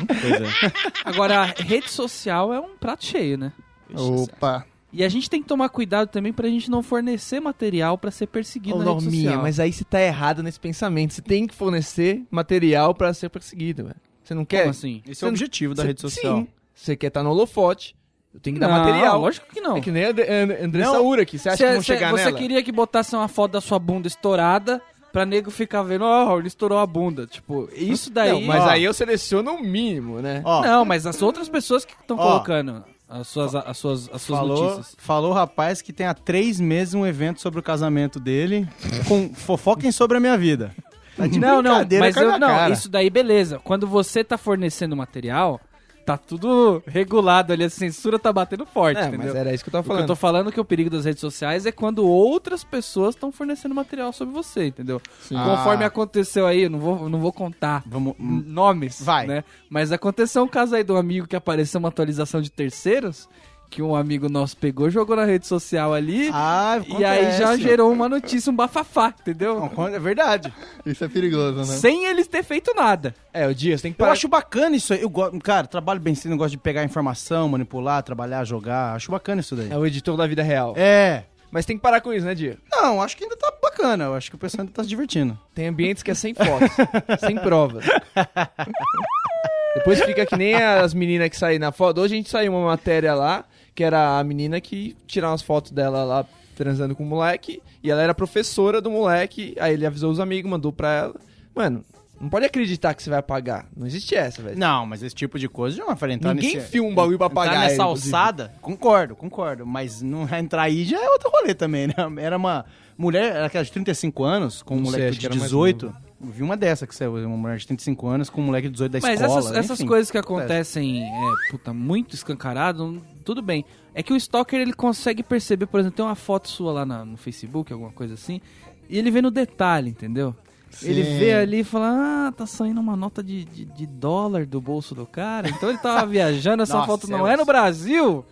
E: pois é.
A: Agora, a rede social é um prato cheio, né?
C: Opa.
A: E a gente tem que tomar cuidado também pra gente não fornecer material pra ser perseguido
B: Ô,
A: na rede
B: Norminha,
A: social.
B: mas aí você tá errado nesse pensamento. Você tem que fornecer material pra ser perseguido, velho. Você não quer?
A: Como assim?
D: Esse é o objetivo da
B: Você-
D: rede social.
B: Sim. Você quer estar no holofote. Eu tenho que dar
A: Não,
B: material.
A: lógico que não.
B: É que nem a And- And- Andressa
A: Não.
B: Ura aqui. Você acha
A: Cê-
B: que vão
A: cê-
B: chegar
A: você
B: nela?
A: queria que botasse uma foto da sua bunda estourada pra nego ficar vendo, ó, ele estourou a bunda. Tipo, isso daí.
B: Não, mas
A: Ó.
B: aí eu seleciono o mínimo, né?
D: Ó,
A: Não, mas as outras pessoas que estão
D: Ó.
A: colocando as suas, as suas, as suas
D: Falou,
A: notícias.
D: falou o rapaz que tem há três meses um evento sobre o casamento dele com fofoquem sobre a minha vida.
A: Não, não,
D: brincadeira,
A: mas
D: cara
A: eu,
D: na
A: não,
D: cara.
A: isso daí beleza. Quando você tá fornecendo material, tá tudo regulado ali, a censura tá batendo forte,
B: É,
A: entendeu?
B: mas era isso que eu tava
A: O que eu
B: falando.
A: tô falando é que o perigo das redes sociais é quando outras pessoas estão fornecendo material sobre você, entendeu? Conforme aconteceu aí, eu não vou, não vou contar
D: Vamos.
A: n- nomes,
D: Vai.
A: né? Mas aconteceu um caso aí de um amigo que apareceu uma atualização de terceiros, que um amigo nosso pegou, jogou na rede social ali,
D: Ah,
A: e aí já
D: acontece.
A: gerou uma notícia, um bafafá, entendeu?
D: Não, quando- É verdade.
C: Isso é perigoso, né?
A: Sem eles ter feito nada.
B: É, o Dias tem que
D: Eu
B: parar.
D: acho bacana isso aí. Eu gosto, cara, trabalho bem sim, eu É gosto de pegar informação, manipular, trabalhar, jogar. Acho bacana isso daí.
B: É o editor da vida real.
D: É.
B: Mas tem que parar com isso, né, Dia?
D: Não, acho que ainda tá bacana. Eu acho que o pessoal ainda tá se divertindo.
B: Tem ambientes que é sem fotos, sem provas. Depois fica que nem as meninas que saem na foto. Hoje a gente saiu uma matéria lá, que era a menina que tirava umas fotos dela lá transando com o moleque. E ela era professora do moleque. Aí ele avisou os amigos, mandou pra ela. Mano, não pode acreditar que você vai pagar. Não existe essa, velho.
D: Não, mas esse tipo de coisa já falei, entrar
B: Ninguém
D: nesse...
B: filma um bagulho pra
D: Entrar
B: pagar.
D: nessa
B: inclusive.
D: alçada, concordo, concordo. Mas não entrar aí já é outro rolê também, né? Era uma mulher, era aquela de 35 anos, com um
B: Não sei,
D: moleque
B: acho que
D: de
B: era mais
D: 18. Eu vi uma dessa que saiu, uma mulher de 35 anos com um moleque de 18 da
A: Mas
D: escola.
A: essas, essas
D: enfim.
A: coisas que acontecem, é, puta, muito escancarado, não- tudo bem. É que o stalker, ele consegue perceber, por exemplo, tem uma foto sua lá na- no Facebook, alguma coisa assim, e ele vê no detalhe, entendeu? Ele
C: Sim.
A: vê ali e fala, ah, tá saindo uma nota de, de, de dólar do bolso do cara, então ele tava viajando, essa
D: Nossa,
A: foto não
D: é
A: é
D: isso.
A: no Brasil.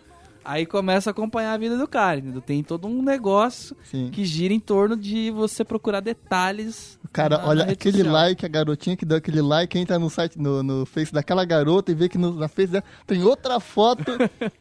A: Aí começa a acompanhar a vida do cara, entendeu? Tem todo um negócio
C: Sim.
A: que gira em torno de você procurar detalhes.
C: O Cara,
A: na-
C: olha
A: na rede
C: aquele
A: social.
C: like, a garotinha que deu aquele like, entra no site, no, no Face daquela garota e vê que no- na Face dela tem outra foto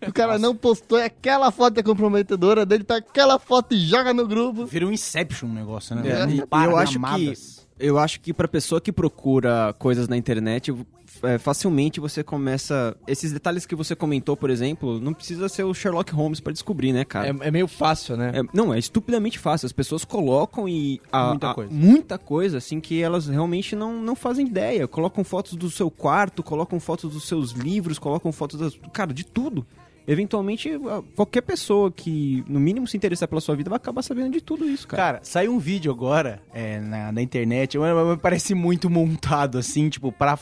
C: que o cara não postou, é aquela foto que é comprometedora dele, tá aquela foto e joga no grupo.
D: Vira um Inception um negócio, né?
E: É,
D: Não
E: e-
D: para,
E: e eu
D: né?
E: acho
D: Amadas.
E: Eu acho que pra pessoa que procura coisas na internet, é, facilmente você começa. Esses detalhes que você comentou, por exemplo, não precisa ser o Sherlock Holmes pra descobrir, né, cara?
B: É, é meio fácil, né?
E: É, não, é estupidamente fácil. As pessoas colocam e a-
D: Muita
E: a-
D: coisa.
E: muita coisa, assim, que elas realmente não, não fazem ideia. Colocam fotos do seu quarto, colocam fotos dos seus livros, colocam fotos das. Cara, de tudo. Eventualmente, a- qualquer pessoa que, no mínimo, se interessar pela sua vida vai acabar sabendo de tudo isso, cara.
D: Cara, saiu um vídeo agora é, na, na internet, mas- mas parece muito montado, assim, tipo, pra.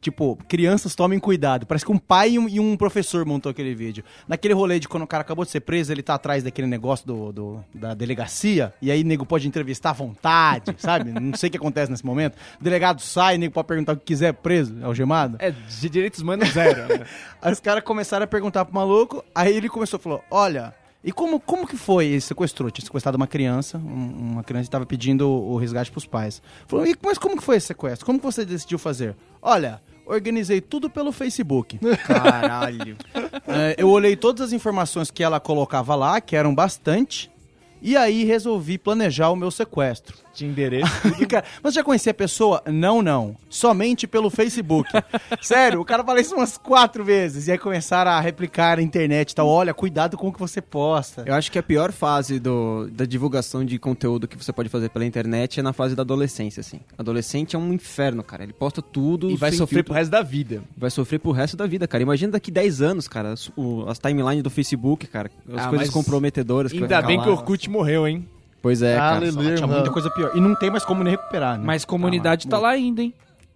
D: Tipo, crianças tomem cuidado. Parece que um pai e um, e um professor montou aquele vídeo. Naquele rolê de quando o cara acabou de ser preso, ele tá atrás daquele negócio do, do- da delegacia, e aí nego pode entrevistar à vontade, sabe? Não sei o que acontece nesse momento. O delegado sai, nego pode perguntar o que quiser, preso, algemado.
B: É, de direitos humanos zero. né?
D: Aí os caras começaram a perguntar pro maluco, aí ele começou, falou, olha, e como, como que foi esse sequestrou? Tinha sequestrado uma criança, um- uma criança que tava pedindo o, o resgate pros pais. Falou, e, mas como que foi esse sequestro? Como que você decidiu fazer? Olha, organizei tudo pelo Facebook. Caralho. É, eu olhei todas as informações que ela colocava lá, que eram bastante, e aí resolvi planejar o meu sequestro.
B: De endereço.
D: Cara, mas já conhecia a pessoa? Não, não. Somente pelo Facebook. Sério, o cara falou isso umas quatro vezes. E aí começaram a replicar na internet e tal. Olha, cuidado com o que você posta.
E: Eu acho que a pior fase do, da divulgação de conteúdo que você pode fazer pela internet é na fase da adolescência, assim. Adolescente é um inferno, cara. Ele posta tudo.
B: E vai
E: sem
B: sofrer
E: filtro.
B: pro resto da vida.
E: Vai sofrer pro resto da vida, cara. Imagina daqui 10 anos, cara, as, o- as timelines do Facebook, cara. As
B: Ah,
E: coisas
B: mas
E: comprometedoras que vai
B: Ainda
E: ficar
B: bem
E: lá.
B: que o Orkut morreu, hein?
E: Pois é, cara.
C: Aleluia.
D: Tinha muita coisa pior. E não tem mais como nem recuperar, né?
A: Hum, Mas comunidade tá lá ainda, hein?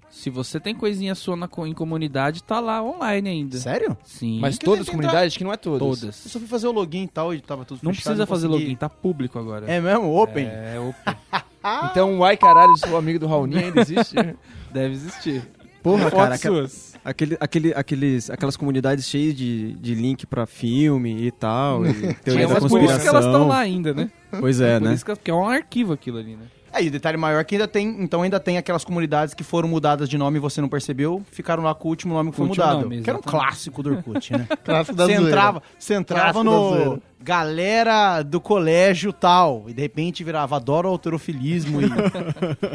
A: Se você tem coisinha sua na co- em comunidade, tá lá online ainda.
D: Sério?
A: Sim.
B: Mas
D: que
B: todas
D: tem
B: as
D: que
B: comunidades? Que não é todas.
A: todas.
D: Eu só fui fazer o login e tal e tava tudo
A: Não
D: fechado,
A: precisa fazer
D: consegui.
A: login, tá público agora.
D: É mesmo? Open?
B: É, opa. Então, uai, caralho, sou amigo do Raulinho, ainda existe?
A: Deve existir.
E: Porra, cara. aque-
A: suas.
E: Aquele, aquele, aqueles, aquelas comunidades cheias de, de link pra filme e tal. E
A: Tinha
E: teoria da
A: umas é por isso que elas estão
E: conspiração.
A: lá ainda, né?
E: Pois é,
A: Por
E: né?
A: isso que, porque é um arquivo aquilo ali, né?
D: Aí, o detalhe maior é que ainda tem, então ainda tem aquelas comunidades que foram mudadas de nome e você não percebeu, ficaram lá com o último nome que foi
A: Com o último
D: mudado.
A: nome,
D: que era um
A: exatamente.
D: clássico do Orkut, né?
C: Clássico da
D: Você
C: zoeira.
D: entrava, você entrava
C: Clássico da
D: no
C: zoeira.
D: galera do colégio tal, e de repente virava adoro autorofilismo e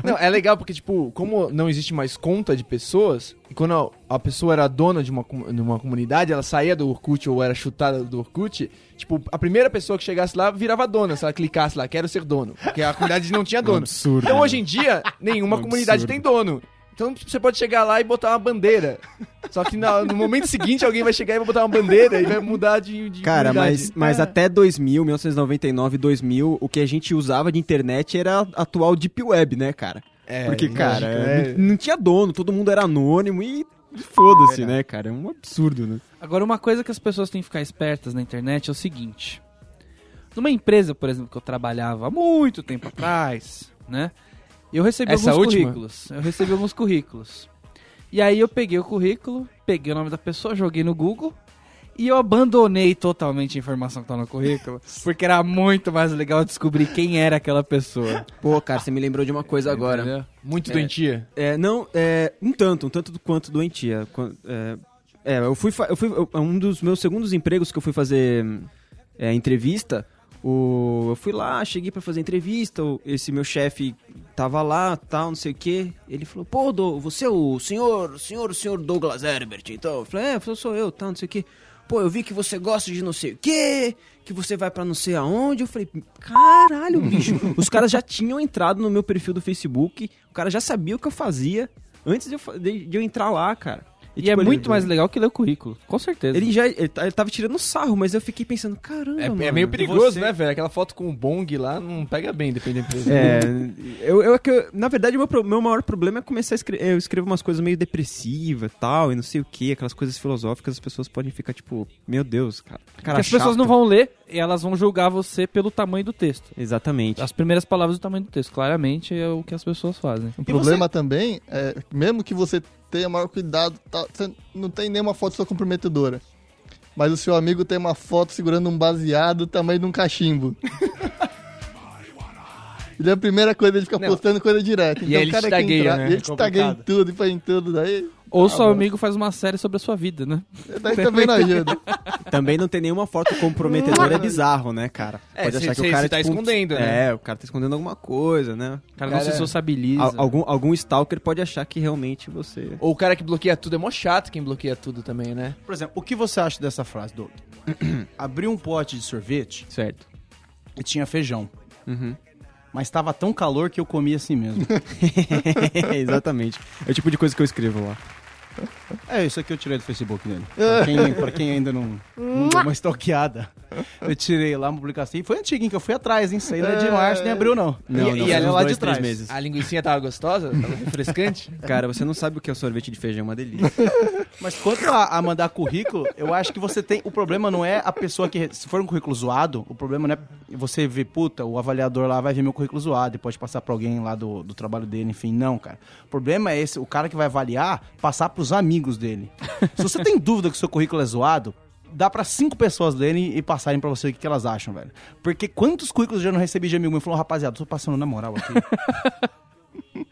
B: Não, é legal porque, tipo, como não existe mais conta de pessoas, e quando a, a pessoa era dona de uma, com- de uma comunidade, ela saía do Orkut ou era chutada do Orkut, tipo, a primeira pessoa que chegasse lá virava dona, se ela clicasse lá, quero ser dono. Porque a comunidade não tinha dono.
E: absurdo,
B: então,
E: né?
B: hoje em dia, nenhuma
E: Um
B: comunidade
E: absurdo.
B: tem dono. Então, você pode chegar lá e botar uma bandeira. Só que na- no momento seguinte, alguém vai chegar e vai botar uma bandeira e vai mudar de, de
E: Cara,
B: comunidade.
E: mas, mas até 2000, 1999, 2000, o que a gente usava de internet era a atual Deep Web, né, cara?
B: É,
E: Porque, cara,
B: lógico, é.
E: n- não, tinha dono, todo mundo era anônimo e foda-se, né, cara? É um absurdo, né?
A: Agora, uma coisa que as pessoas têm que ficar espertas na internet é o seguinte. Numa empresa, por exemplo, que eu trabalhava há muito tempo atrás, né? Eu recebi
B: Essa
A: alguns
B: última?
A: currículos. Eu recebi alguns currículos. E aí eu peguei o currículo, peguei o nome da pessoa, joguei no Google e eu abandonei totalmente a informação que tava no currículo, porque era muito mais legal descobrir quem era aquela pessoa.
E: Pô, cara, você me lembrou de uma
B: É
E: coisa agora.
B: Entendeu? Muito doentia.
E: É, não, é, um tanto, um tanto do quanto doentia. Quan- É, é, eu fui, fa- eu fui eu- um dos meus segundos empregos que eu fui fazer hum, é, entrevista. o- O, eu fui lá, cheguei pra fazer entrevista, o- esse meu chefe tava lá, tal, não sei o quê. Ele falou, pô, Dou- você é o senhor, senhor, senhor Douglas Herbert, então? Eu falei, é, sou eu, tal, não sei o quê. Pô, eu vi que você gosta de não sei o quê, que você vai pra não sei aonde. Eu falei, caralho, bicho. Os caras já tinham entrado no meu perfil do Facebook, o cara já sabia o que eu fazia antes de eu, fa- de- de eu entrar lá, cara.
A: E
E: tipo,
A: é
E: ele-
A: muito mais legal que ler o currículo, com certeza.
E: Ele já ele, ta- ele tava tirando sarro, mas eu fiquei pensando, caramba,
B: É, é
E: mano.
B: meio perigoso,
D: você-
B: né, velho? Aquela foto com o bong lá não pega bem, depende da empresa.
E: É, eu, eu, é que eu- na verdade, o meu, pro- meu maior problema é começar a escrever. Eu escrevo umas coisas meio depressivas e tal, e não sei o que, aquelas coisas filosóficas, as pessoas podem ficar tipo, meu Deus, cara. cara
A: Porque as pessoas
E: chato.
A: não vão ler, e elas vão julgar você pelo tamanho do texto.
E: Exatamente.
A: As primeiras palavras do tamanho do texto, claramente é o que as pessoas fazem.
C: O Um problema também é, mesmo que você tenha maior cuidado, tá, você não tem nenhuma foto sua comprometedora. Mas o seu amigo tem uma foto segurando um baseado do tamanho de um cachimbo. Ele é a primeira coisa, ele fica postando coisa direto. Então
B: aí
C: o
B: ele
C: cara
B: estagueia,
C: entrar,
B: né?
C: ele te tagueia em tudo, e faz em tudo, daí,
B: Ah,
A: Ou seu amigo faz uma série sobre a sua vida, né?
C: daí também não ajuda.
E: Também não ter nenhuma foto comprometedora é bizarro, né, cara?
B: É, cê- cê- cê tá escondendo,
E: É, o cara tá escondendo alguma coisa, né?
A: O cara não
B: Cara,
A: se sociabiliza.
E: Al- algum, algum stalker pode achar que realmente você.
B: Ou o cara que bloqueia tudo é mó chato quem bloqueia tudo também, né?
D: Por exemplo, o que você acha dessa frase, Doug? Abriu um pote de sorvete
E: Certo.
D: e tinha feijão.
E: Uhum.
D: Mas tava tão calor que eu comi assim mesmo.
E: Exatamente. É o tipo de coisa que eu escrevo lá.
D: é, isso aqui eu tirei do Facebook dele. Pra quem, pra quem ainda não, não deu uma stalkeada. Eu tirei lá uma publicação. E foi antiga, hein? Que eu fui atrás, hein? Isso aí não é de março, nem abril, não. é
E: Não,
B: e
E: não,
B: e
E: faz
B: ela é
E: uns
B: lá
E: dois,
B: de
E: três
B: trás.
E: meses.
B: A linguiça tava gostosa? Tava refrescante?
E: Cara, você não sabe o que é sorvete de feijão, é uma delícia.
D: Mas quanto a, a mandar currículo, eu acho que você tem. O problema não é a pessoa que. Se for um currículo zoado, o problema não é você ver, puta, o avaliador lá vai ver meu currículo zoado e pode passar pra alguém lá do, do trabalho dele, enfim. Não, cara. O problema é esse, o cara que vai avaliar, passar pros amigos dele. Se você tem dúvida que o seu currículo é zoado, dá pra cinco pessoas lerem e passarem pra você o que, que elas acham, velho. Porque quantos currículos eu já não recebi de amigo meu e falou, rapaziada, tô passando na moral aqui.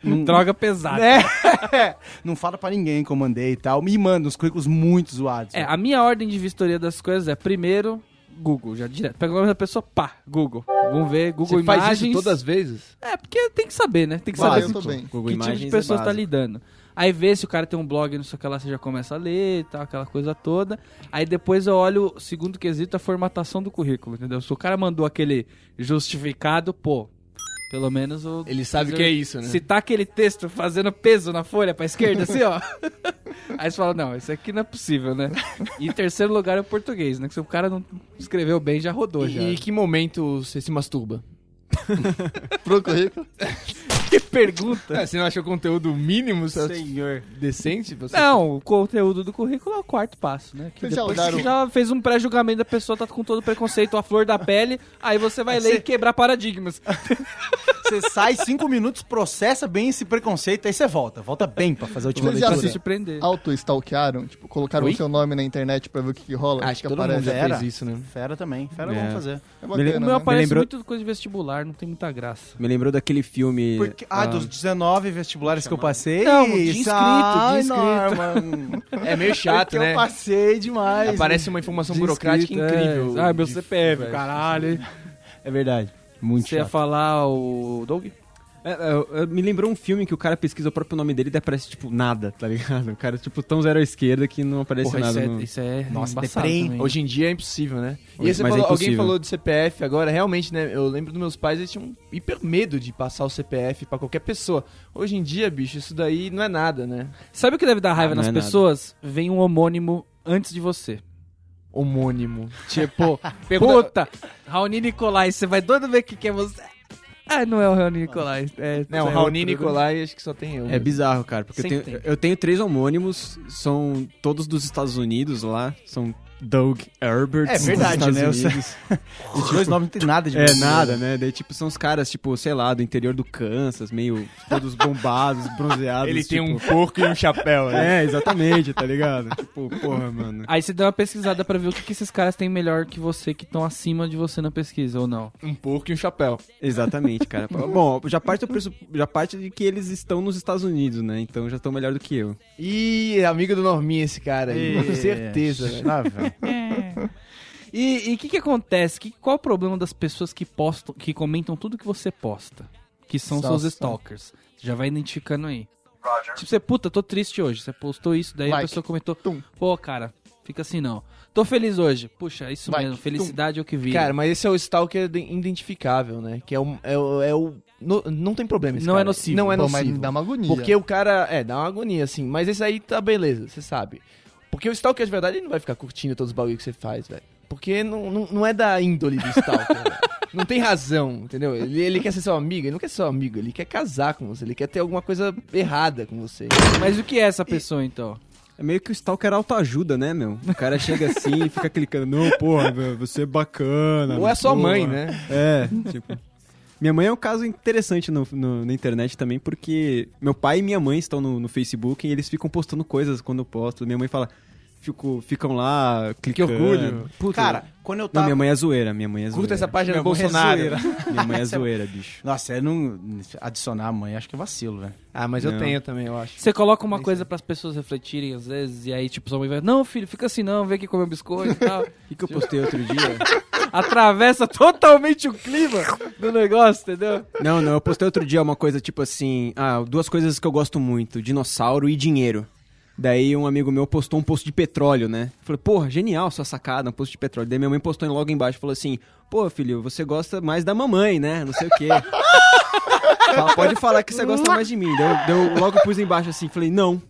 A: Hum. Droga pesada.
B: Né?
D: É, não fala pra ninguém que eu mandei e tal. Me manda uns currículos muito zoados.
A: É, a minha ordem de vistoria das coisas é primeiro Google, já direto. Pega o nome da pessoa, pá, Google. Vamos ver, Google
B: Você
A: Imagens.
B: faz isso todas as vezes?
A: É, porque tem que saber, né? Tem que
C: Ah,
A: saber
C: eu tô
A: que,
C: bem.
E: Google
A: que tipo de
E: Imagens é
A: pessoa você tá
E: básico.
A: lidando. Aí vê se o cara tem um blog, não sei o que lá, você já começa a ler e tal, aquela coisa toda. Aí depois eu olho, o segundo quesito, a formatação do currículo, entendeu? Se o cara mandou aquele justificado, pô, pelo menos o.
B: Ele sabe o que é isso, né?
A: Se tá aquele texto fazendo peso na folha pra esquerda, assim, ó. Aí você fala, não, isso aqui não é possível, né? E em terceiro lugar é o português, né? Que se o cara não escreveu bem, já rodou já.
B: E em que momento você se masturba?
C: Pro currículo.
A: que pergunta!
B: É, você não achou conteúdo mínimo você
D: Senhor.
B: acha decente? Você...
A: Não, o conteúdo do currículo é o quarto passo, né? Que
C: Vocês já
A: depois
C: olharam-
A: você já fez um pré-julgamento da pessoa, tá com todo o preconceito à flor da pele, aí você vai ler e quebrar paradigmas.
D: Você sai cinco minutos, processa bem esse preconceito, aí você volta. Volta bem pra fazer a última
C: Vocês já
A: Pra se
D: leitura.
C: assistiram?
A: surpreender.
C: Auto-stalkearam, tipo, colocaram
B: Oi?
C: o seu nome na internet pra ver o que, que rola.
B: Acho que todo mundo já
D: Era.
B: fez isso, né?
D: Fera também. Fera
E: É.
D: vamos fazer.
C: É
A: O
C: bacana,
A: meu
C: né?
A: aparece
E: lembrou-
A: muito coisa de vestibular, não tem muita graça.
E: Me lembrou daquele filme.
D: Porque, ah, dos 19 vestibulares que eu passei.
A: Não, de inscrito, de
D: ai,
A: inscrito.
D: Norman.
B: É meio chato,
D: Porque
B: né?
D: eu passei demais.
B: Aparece uma informação burocrática Um incrível.
A: Ah, meu
B: De-
A: CPF, caralho. hein?
D: É verdade. Muito
A: Você ia
D: chato.
A: falar o Doug?
E: É, é, é, me lembrou um filme que o cara pesquisa o próprio nome dele e daí aparece, tipo, nada, tá ligado? O cara, tipo, tão zero à esquerda que não aparece
A: Porra, isso
E: nada.
A: é,
E: no-
A: isso é
D: Nossa,
A: embaçado
D: deprê, hein?
A: também.
B: Hoje em dia é impossível, né? E
E: Hoje-
B: aí você
E: mas é
B: falou- alguém
E: impossível.
B: falou de CPF agora, realmente, né? Eu lembro dos meus pais, eles tinham um hiper medo de passar o CPF pra qualquer pessoa. Hoje em dia, bicho, isso daí não é nada, né?
A: Sabe o que deve dar raiva
E: Ah, não
A: nas
E: é nada.
A: pessoas? Vem um homônimo antes de você.
B: Homônimo.
A: Tipo, puta, Raoni Nicolai, você vai doido ver o que que é você. Ah, não é o Raoni Nicolai. É,
B: Não,
A: é
B: Raoni
A: outro, né?
B: Nicolai, acho que só tem eu. né?
E: É bizarro, cara, porque eu
A: Sempre
E: tenho, eu tenho três homônimos, são todos dos Estados Unidos lá, são Doug Herbert.
D: É verdade,
E: dos
D: né?
E: Estados
D: Os
E: Unidos.
D: Os 19 não tem nada de
E: É
D: brasileiro.
E: nada, né? Daí, tipo, são os caras, tipo, sei lá, do interior do Kansas, meio todos bombados, bronzeados.
B: Ele tem
E: tipo-
B: um porco e um chapéu, né?
E: É, exatamente, tá ligado? Tipo, porra, mano.
A: Aí você deu uma pesquisada pra ver o que, que esses caras têm melhor que você, que estão acima de você na pesquisa, ou não.
B: Um porco e um chapéu.
E: Exatamente, cara. Bom, já parte, do pressup- já parte de que eles estão nos Estados Unidos, né? Então já estão melhor do que eu.
B: Ih, amigo do Norminha esse cara aí. Com né?
D: É,
E: né?
B: certeza, velho.
D: ah, velho.
A: E o que, que acontece? Que, qual o problema das pessoas que postam, que comentam tudo que você posta? Que são
D: Só-
A: seus
D: só.
A: stalkers. Você já vai identificando aí. Tipo, você, puta, tô triste hoje. Você postou isso, daí a
C: Like.
A: pessoa comentou.
C: Tum.
A: Pô, cara, fica assim não. Tô feliz hoje. Puxa, isso
C: Like.
A: mesmo. Felicidade é o que vi.
B: Cara, mas esse é o stalker de- identificável, né? Que é o. É o, é o- no- não tem problema esse
A: Não
B: cara.
A: é nocivo.
B: Não é
C: Pô,
B: nocivo.
C: mas dá uma agonia.
B: Porque o cara. É, dá uma agonia, assim. Mas esse aí tá beleza, você sabe. Porque o Stalker de verdade ele não vai ficar curtindo todos os bagulho que você faz, velho. Porque não, não, não é da índole do Stalker. velho. não tem razão, entendeu? Ele, ele quer ser seu amigo, ele não quer ser seu amigo, ele quer casar com você, ele quer ter alguma coisa errada com você.
A: Mas o que é essa pessoa, então?
E: É meio que o Stalker autoajuda, né, meu? O cara chega assim e fica clicando, não, porra, velho, você é bacana.
B: Ou é sua
E: porra."
B: mãe, né?
E: É, tipo. Minha mãe é um caso interessante no, no- na internet também, porque meu pai e minha mãe estão no, no Facebook e eles ficam postando coisas quando eu posto. Minha mãe fala, fico, ficam lá, clicando.
B: orgulho.
E: Puta,
D: Cara, quando eu
E: Não,
D: tava.
E: minha mãe é zoeira, minha mãe é zoeira.
B: Curta essa página do
D: Minha mãe é
B: Bolsonaro.
D: zoeira.
E: Minha mãe é zoeira, bicho.
D: Nossa, é não. Adicionar a mãe, acho que é vacilo, velho.
B: Ah, mas eu
E: Não.
B: tenho também, eu acho.
A: Você coloca uma coisa pras pessoas refletirem às vezes, e aí, tipo, sua mãe vai, não, filho, fica assim não, vem aqui comer um biscoito e tal. Tipo,
E: O que, que eu postei outro dia?
A: Atravessa totalmente o clima do negócio, entendeu?
E: Não, não, eu postei outro dia uma coisa tipo assim: ah, duas coisas que eu gosto muito: dinossauro e dinheiro. Daí um amigo meu postou um posto de petróleo, né? Eu Falei, porra, genial sua sacada, um posto de petróleo. Daí minha mãe postou logo embaixo, falou assim, pô, filho, você gosta mais da mamãe, né? Não sei o quê. Fala, pode falar que você gosta mais de mim. Daí eu, daí eu logo pus embaixo assim, falei, não.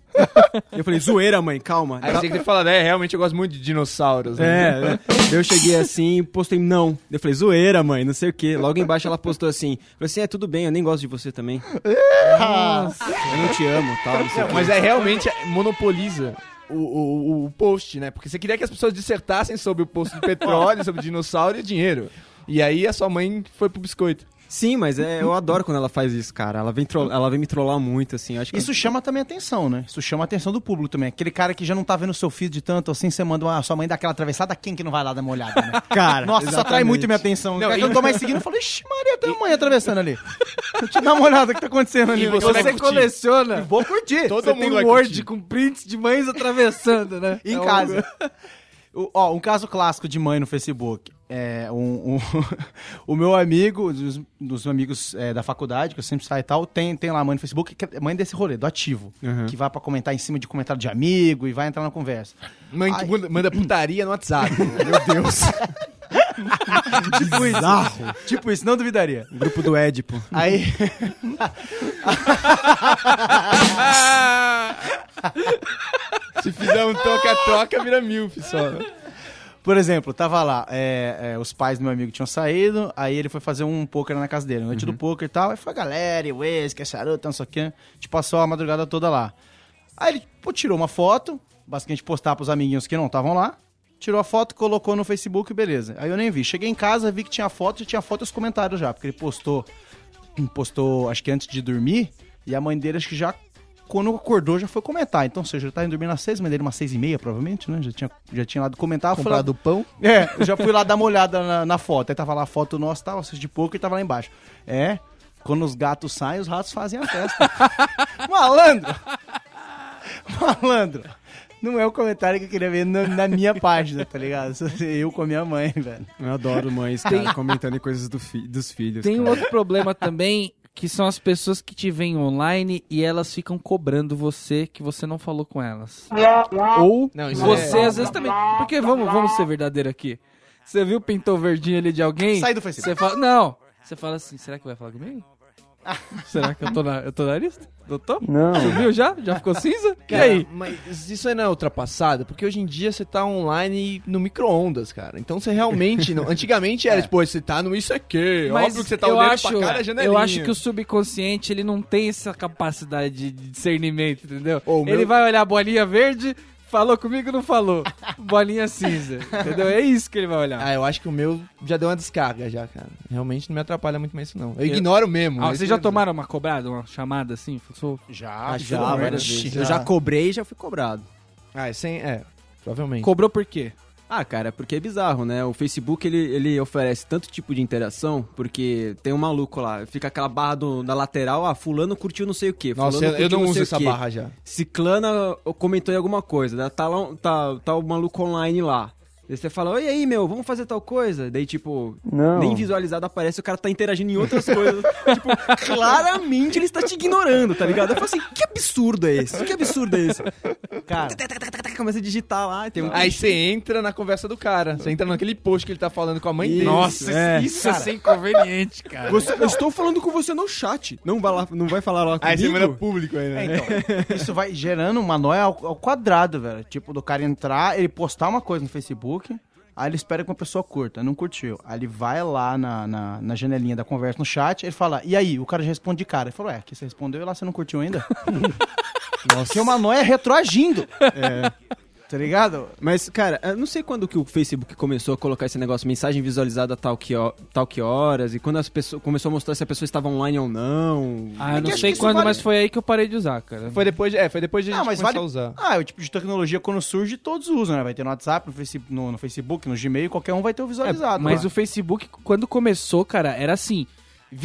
E: Eu falei, zoeira, mãe, calma.
B: Aí você que fala, é, realmente eu gosto muito de dinossauros. né?
E: É, né? eu cheguei assim e postei não. Eu falei, zoeira, mãe, não sei o quê. Logo embaixo ela postou assim. Eu falei assim, é, tudo bem, eu nem gosto de você também. eu não te amo, tal, não sei o
B: Não,
E: quê.
B: mas é realmente monopoliza o, o, o post, né? Porque você queria que as pessoas dissertassem sobre o posto de petróleo, sobre dinossauro e dinheiro. E aí a sua mãe foi pro biscoito.
E: Sim, mas é, eu adoro quando ela faz isso, cara. Ela vem, tro- ela vem me trollar muito, assim. eu Acho que
D: Isso chama também atenção, né? Isso chama a atenção do público também. Aquele cara que já não tá vendo seu feed de tanto assim, você manda uma, sua mãe dar aquela atravessada, quem que não vai lá dar uma olhada, né?
E: Cara,
D: Nossa, isso atrai
E: exatamente.
D: muito minha atenção.
B: Não,
D: Cara,
B: e-
D: Eu não tô mais seguindo, eu falo, ixi, Maria, tem uma mãe atravessando ali. Deixa eu dar uma olhada o que tá acontecendo ali.
B: E você vai curtir.
A: coleciona.
D: Vou curtir.
B: Todo
A: Você
B: mundo
A: tem
B: vai
A: um Word
B: curtir.
A: com prints de mães atravessando, né?
D: em
A: É um-
D: casa. O- ó, um caso clássico de mãe no Facebook. É, um, um- o meu amigo, dos, dos amigos é, da faculdade, que eu sempre saio e tal, tem, tem lá mãe no Facebook, que é mãe desse rolê, do ativo. Que vai pra comentar em cima de comentário de amigo e vai entrar na conversa.
B: Mãe que manda, manda putaria no WhatsApp.
D: Meu Deus. tipo isso. Tipo isso, não duvidaria.
E: Grupo do Édipo.
D: Aí.
B: Se fizer um troca-troca, vira mil, pessoal.
D: Por exemplo, tava lá, é, é, os pais do meu amigo tinham saído, aí ele foi fazer um poker na casa dele, noite do poker e tal, aí foi a galera, e o ex, que é charuto, não sei o quê, a gente passou a madrugada toda lá. Aí ele pô, tirou uma foto, basicamente postar pros amiguinhos que não estavam lá, tirou a foto, colocou no Facebook, beleza. Aí eu nem vi, cheguei em casa, vi que tinha foto, já tinha foto e os comentários já, porque ele postou, postou, acho que antes de dormir, e a mãe dele acho que já... Quando acordou, já foi comentar. Então, ou seja, ele tava indo dormir às seis, mas dele umas seis e meia, provavelmente, né? Já tinha, já tinha lá do comentar. eu fui lá-
C: Comprar do pão.
D: é, eu já fui lá dar uma olhada na, na foto. Aí tava lá a foto nossa, tava assistindo de pouco e tava lá embaixo. É, quando os gatos saem, os ratos fazem a festa. Malandro! Malandro! Não é o comentário que eu queria ver na, na minha página, tá ligado? Eu com a minha mãe, velho.
E: Eu adoro mães, cara, comentando coisas do fi- dos filhos.
A: Tem um
E: cara.
A: outro problema também, que são as pessoas que te veem online e elas ficam cobrando você que você não falou com elas. Ou
B: Não, isso
A: você
B: é-
A: às vezes também. Porque vamos, vamos ser verdadeiro aqui. Você viu o pintor verdinho ali de alguém?
D: Sai do Facebook.
A: Você fala, não. Você fala assim, será que vai falar comigo? será que eu tô na, eu tô na lista? Doutor? Não. Subiu já? Já ficou cinza?
B: Cara,
A: e aí?
B: Mas isso aí não é ultrapassado, porque hoje em dia você tá online no micro-ondas, cara. Então você realmente. não- Antigamente era, tipo, você tá no isso aqui. óbvio que você tá
A: eu
B: olhando
A: acho,
B: pra cara da janelinha.
A: Eu acho que o subconsciente ele não tem essa capacidade de discernimento, entendeu?
B: Ô, o
A: ele
B: meu-
A: vai olhar a bolinha verde, falou comigo, não falou. bolinha cinza, entendeu? É isso que ele vai olhar.
B: Ah, eu acho que o meu já deu uma descarga já, cara. Realmente não me atrapalha muito mais isso, não. Eu, ignoro mesmo.
A: Ah,
B: Esse
A: vocês já
B: é-
A: tomaram uma cobrada, uma chamada assim? Sou-
D: Já,
B: Acho que
E: Já,
B: Pelo
E: várias
B: menos,
E: vezes.
B: Ah,
E: Ah.
B: já.
E: Eu já cobrei e já fui cobrado.
B: Ah, é sem... É, provavelmente.
A: Cobrou por quê?
E: Ah, cara, porque é bizarro, né? O Facebook, ele, ele oferece tanto tipo de interação, porque tem um maluco lá, fica aquela barra do- da lateral, ah, fulano curtiu não sei o quê, fulano
B: Nossa, eu,
E: curtiu
B: eu não
E: sei
B: uso
E: o
B: essa
E: quê.
B: barra já.
E: Ciclana comentou em alguma coisa, né? tá, lá, um- tá, tá o maluco online lá. Daí você fala, e aí, meu, vamos fazer tal coisa. Daí, tipo,
F: Não.
E: nem visualizado aparece, o cara tá interagindo em outras coisas. tipo, claramente ele está te ignorando, tá ligado? Eu falo assim, que absurdo é esse? Que absurdo é esse?
D: Cara,
E: Começa a digitar lá, tem um...
B: Aí você entra na conversa do cara. Você entra naquele post que ele tá falando com a mãe dele.
A: Nossa,
D: É.
A: isso é sem inconveniente, cara.
E: Você- eu estou falando com você no chat. Não vai lá, não vai falar lá comigo.
B: Aí você manda público aí,
D: é,
B: né?
D: então, isso vai gerando uma noia ao, ao quadrado, velho. Tipo, do cara entrar, ele postar uma coisa no Facebook, aí ele espera que uma pessoa curta, não curtiu. Aí ele vai lá na, na, na janelinha da conversa no chat, ele fala, e aí? O cara já responde de cara. Ele falou, ué, que você respondeu e lá você não curtiu ainda? Nossa. Que uma noia retroagindo.
B: É.
D: Tá ligado?
E: Mas, cara, eu não sei quando que o Facebook começou a colocar esse negócio, mensagem visualizada a tal que, ho- tal que horas, e quando as pessoas começou a mostrar se a pessoa estava online ou não.
A: Ah,
D: É
A: eu
D: que
A: não
D: acho
A: sei
D: que isso
A: quando,
D: vale-
A: mas foi aí que eu parei de usar, cara.
B: Foi depois de, é, foi depois de a
D: Ah,
B: gente
D: mas
B: começar
D: vale.
B: a usar.
D: Ah, é o tipo de tecnologia quando surge, todos usam, né? Vai ter no WhatsApp, no, Face- no- no Facebook, no Gmail, qualquer um vai
B: É,
D: ter o visualizado.
A: Mas
D: lá.
A: o Facebook, quando começou, cara, era assim.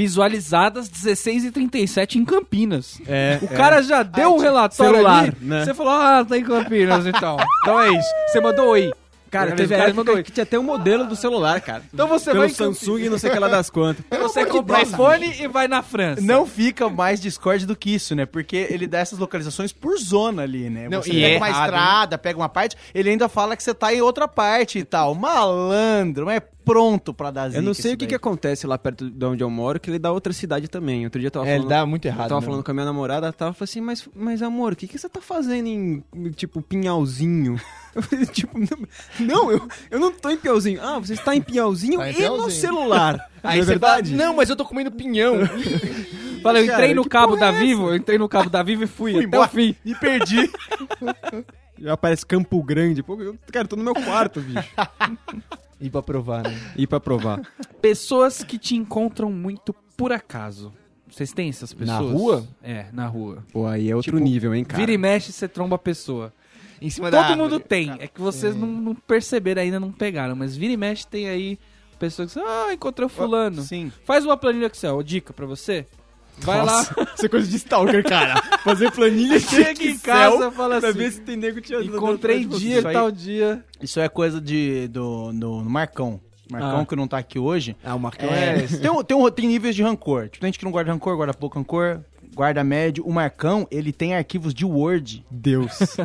A: Visualizadas 16 e 37 em Campinas. o cara já deu um relatório
E: celular,
A: ali.
E: né?
A: Você falou, ah, tá em Campinas, então. então é isso. Você mandou oi.
E: Cara,
A: Aí
E: teve
A: o
E: cara
A: mandou
E: que,
A: oi.
E: que tinha até o modelo do celular, cara.
A: Então você
E: Pelo
A: vai em
E: Samsung e não sei o que lá das quantas.
A: Campinas, Você compra o iPhone e vai na
B: Tá
A: França.
D: Não fica mais Discord do que isso, né? Porque ele dá essas localizações por zona ali, né?
B: Não,
D: você
B: e
D: pega
B: é
D: uma
B: errado,
D: estrada, pega uma parte, ele ainda fala que você tá em outra parte e tal. Malandro, mas é pronto pra dar zica.
E: Eu não sei
D: isso
E: o que, que
D: daí.
E: acontece lá perto de onde eu moro, que ele dá outra cidade também. Outro dia eu tava
B: É, ele
E: falando.
B: dá muito
E: eu
B: errado.
E: tava
B: né?
E: falando com a minha namorada, ela tava falando assim, mas, mas amor, o que, que você tá fazendo em, tipo, Pinhalzinho? Eu falei, tipo, não, não, eu, eu não tô em Pinhalzinho. Ah, você está em Pinhalzinho
C: Tá em
E: e no
C: Pinhalzinho.
E: celular.
B: Aí
E: Não é
B: você fala,
E: verdade?
B: não, mas eu tô comendo pinhão.
A: Fala, eu entrei
E: Cara,
A: no
E: que
A: cabo
E: porra
A: da
E: é essa?
A: Vivo, eu entrei no cabo da Vivo e fui, até
E: embora.
A: o fim.
E: Me perdi. Já aparece Campo Grande. Pô, eu- cara, eu tô no meu quarto, bicho.
B: e pra provar, né?
E: E pra provar.
A: Pessoas que te encontram muito por acaso. Vocês têm essas pessoas?
B: rua?
A: É, na rua.
E: Pô, aí é outro
A: Tipo,
E: nível, hein, cara.
A: Vira e mexe, você tromba a pessoa.
B: Em cima da
A: Todo
B: árvore.
A: mundo tem. É que vocês não, não perceberam ainda, não pegaram. Mas vira e mexe tem aí pessoa que você, ah, encontrei o
E: é
A: fulano.
D: Sim.
A: Faz uma planilha Excel, dica pra você. Vai lá,
E: Isso é coisa de stalker, cara. Fazer planilha
A: chega em casa, fala
E: pra
A: assim.
E: ver
D: tá
E: se tem nego te ajudando.
A: Encontrei
E: atrás de
A: dia,
E: você.
A: tal dia.
D: Isso é coisa de, do, do Marcão. Marcão,
A: Ah.
D: que não tá aqui hoje,
B: Ah, o Marcão é...
D: É, tem, um- tem, um- tem níveis de rancor. Tipo, tem gente que não guarda rancor, guarda pouco rancor, guarda médio. O Marcão, ele tem arquivos de Word,
E: Deus.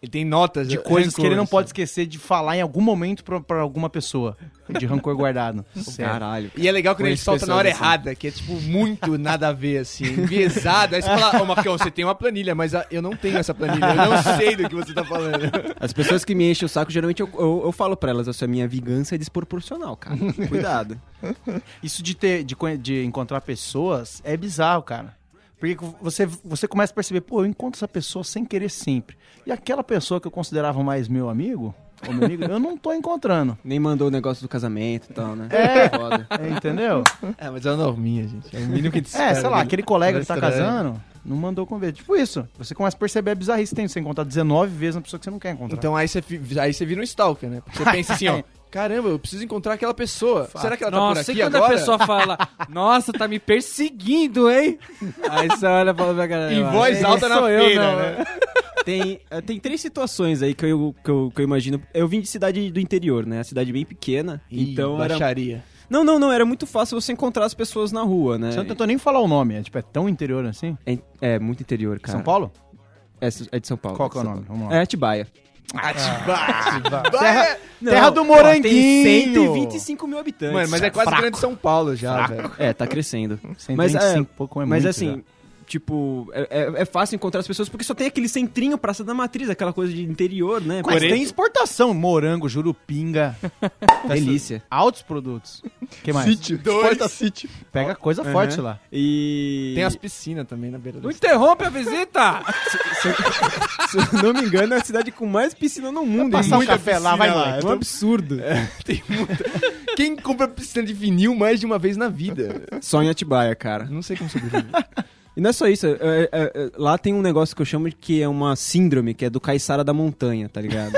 B: Ele tem notas
D: de coisas que ele não
B: rancores.
D: pode esquecer de falar em algum momento pra, pra alguma pessoa. De rancor guardado. Sério.
E: Caralho.
B: E é legal quando ele
E: Conheço
B: solta na hora
E: pessoas assim.
B: errada, que é tipo muito nada a ver, assim, enviesado. Aí você fala, ô Marcão, você tem uma planilha, mas ah, eu não tenho essa planilha, eu não sei do que você tá falando.
E: As pessoas que me enchem o saco, geralmente eu, eu, eu falo pra elas, assim, a minha vingança é desproporcional, cara. Cuidado.
D: Isso de, ter, de, conhe- de encontrar pessoas é bizarro, cara. Porque você, você começa a perceber, pô, eu encontro essa pessoa sem querer sempre. E aquela pessoa que eu considerava mais meu amigo, ou meu amigo, eu não tô encontrando.
E: Nem mandou o negócio do casamento e tal, né? É. Foda.
D: É, entendeu?
B: É, mas é uma norminha, gente. É o mínimo que a gente
D: É, sei lá, aquele colega que tá
B: Estranho.
D: casando não mandou convite. Tipo isso. Você começa a perceber a bizarrice que tem. Você encontrar 19 vezes uma pessoa que você não quer encontrar.
B: Então aí você, fi- aí você vira um stalker, né? Porque você pensa assim,
E: É.
B: ó, caramba, eu preciso encontrar aquela pessoa. Será que ela
A: Nossa,
B: tá por
A: e
B: aqui
A: quando
B: agora?
A: a pessoa fala, nossa, tá me perseguindo, hein? Aí você olha e fala pra galera.
B: Em
A: "Ah,
B: voz
A: esse
B: alta na
A: sou eu,
B: feira,
A: não."
B: né?
E: Tem, eh, tem três situações aí que eu, que, eu, que eu imagino. Eu vim de cidade do interior, né? A cidade bem pequena. então
B: Ih,
E: era.
B: baixaria.
E: Não, não, não. Era muito fácil você encontrar as pessoas na rua, né?
D: você não tentou nem falar o nome. É, tipo, é tão interior assim.
E: É, é muito interior, cara.
D: São Paulo?
E: É, su- é de São Paulo.
D: Qual que é o
E: São
D: nome?
E: Paulo.
D: Vamos lá.
E: É Atibaia.
H: É.
B: Terra...
D: Terra do Moranguinho!
E: Tem 125 mil habitantes.
B: Mano, mas é quase
D: Fraco.
B: grande São Paulo já, velho.
E: É, tá crescendo.
D: 125,
E: Mas, é,
D: pouco é
E: mas
D: muito
E: assim,
D: já.
E: tipo, é, é- é fácil encontrar as pessoas porque só tem aquele centrinho Praça da Matriz, aquela coisa de interior, né?
D: Mas
E: Porém-
D: tem exportação. Morango, jurupinga.
E: Delícia.
D: Altos produtos. que mais?
C: Sítio, Porta Sítio.
D: Pega coisa forte lá.
E: E.
B: Tem as piscinas também na beira do...
A: Não interrompe a visita!
E: Se eu não me engano, é a cidade com mais piscina no mundo.
D: Passar um
E: Muita
D: café lá, vai
E: piscina
D: lá.
E: É um absurdo.
B: Tem muita... Quem compra piscina de vinil mais de uma vez na vida?
E: Só em Atibaia, cara.
B: Não sei como sobreviver.
E: E não é só isso. é- é- é- lá tem um negócio que eu chamo de que é uma síndrome, que é do caiçara da montanha, tá ligado?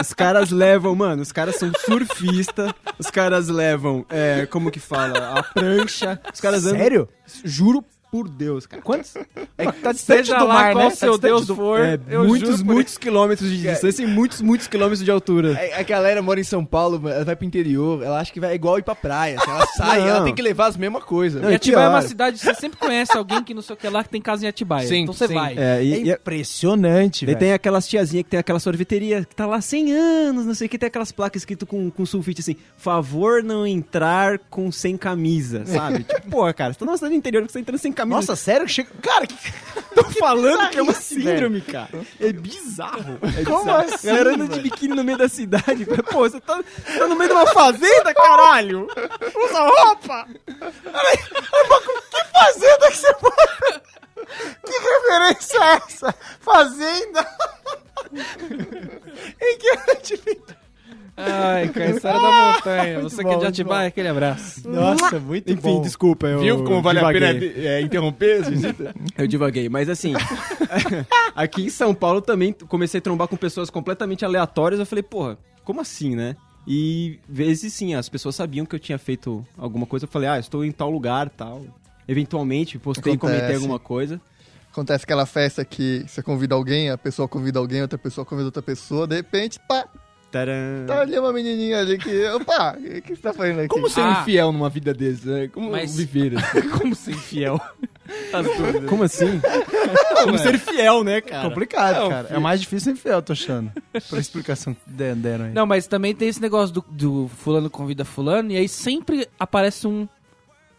E: os caras levam, mano, os caras são surfistas, os caras levam, é, como que fala? A prancha. Os caras andam.
D: Sério?
E: Juro por Deus, cara.
D: Quantos? É que tá
A: Seja lá qual seu Deus
D: distante
A: for,
D: É,
A: eu
D: muitos,
A: juro por
D: muitos quilômetros de distância e muitos, muitos quilômetros de altura.
B: É, A, a galera mora em São Paulo, mano, ela vai pro interior, ela acha que vai é igual ir pra praia. Se ela sai,
D: Não.
B: ela tem que levar as mesmas coisas.
A: E
D: Não, e
A: Atibaia é uma
D: pior.
A: cidade, você sempre conhece alguém que não sei o que lá que tem casa em Atibaia.
B: Sim,
A: então você
B: sim.
A: vai.
D: É, e- e-
H: impressionante,
D: Daí
H: velho.
D: tem aquelas tiazinhas que tem aquela sorveteria que tá lá há 100 anos, não sei o que, tem aquelas placas escrito com, com sulfite assim, favor não entrar com sem camisa, sabe? tipo, pô, cara, você tá numa cidade do interior que você tá entrando sem camisa.
H: Nossa, sério? Chega... Cara, que...
D: tô falando que é uma
H: bizarrice,
D: síndrome, cara. É bizarro. É
H: Como
D: bizarro.
H: assim,
D: A galera anda de
H: velho?
D: biquíni no meio da cidade. Pô, você tá, você tá no meio de uma fazenda, caralho? Usa roupa!
H: fazenda que você mora? Que referência é essa? Fazenda? em que ano te
A: Ai, Caissara da Montanha. Você que é de Atibaia, aquele abraço.
H: Nossa, muito
D: Enfim, desculpa. Eu
B: Viu como vale
D: divaguei.
B: a pena é, interromper as visitas?
E: Eu divaguei, mas assim, aqui em São Paulo também comecei a trombar com pessoas completamente aleatórias. Eu falei, porra, como assim, né? E vezes sim, as pessoas sabiam que eu tinha feito alguma coisa. Eu falei, ah, estou em tal lugar, tal. Eventualmente, postei e comentei
C: Acontece.
E: alguma coisa.
C: Acontece aquela festa que você convida alguém, a pessoa convida alguém, outra pessoa convida outra pessoa, de repente, pá,
D: Tcharam.
C: tá ali uma menininha ali que, opa, o que você tá fazendo aqui?
B: Como ser
A: Ah.
B: infiel numa vida desse? né? Como
A: Mas-
B: viver assim?
A: Como ser infiel.
E: Como assim?
D: Como ser fiel, né, cara? Complicado,
B: cara.
D: É mais difícil ser fiel, tô achando. Por explicação que der- deram aí.
A: Não, mas também tem esse negócio do, do fulano convida fulano, e aí sempre aparece um,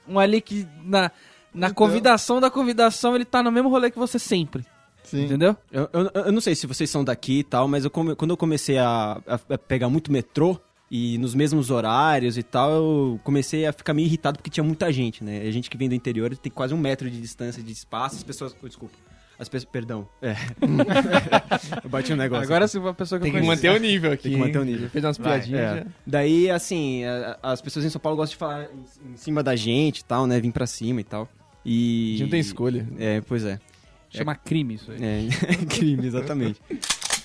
A: um ali que na, na
B: Então.
A: convidação da convidação ele tá no mesmo rolê que você sempre.
C: Sim.
A: Entendeu?
E: Eu, eu- eu não sei se vocês são daqui e tal, mas eu come- quando eu comecei a, a- a pegar muito metrô e nos mesmos horários e tal, eu comecei a ficar meio irritado porque tinha muita gente, né? A gente que vem do interior tem quase um metro de distância de espaço, as pessoas. oh, Desculpa. As pessoas. Perdão. É. eu bati um negócio.
A: Agora se uma pessoa que
B: Tem
A: eu
B: que
A: conheço-
B: manter o nível aqui.
E: Tem que manter
B: hein?
E: o nível.
B: Fez umas piadinhas.
E: É.
B: já.
E: Daí, assim, a- a- as pessoas em São Paulo gostam de falar em, em cima da gente e tal, né? Vim pra cima e tal.
B: A
E: E.
B: gente não tem escolha.
E: É, pois é.
A: Chama crime isso aí.
E: É, crime, exatamente.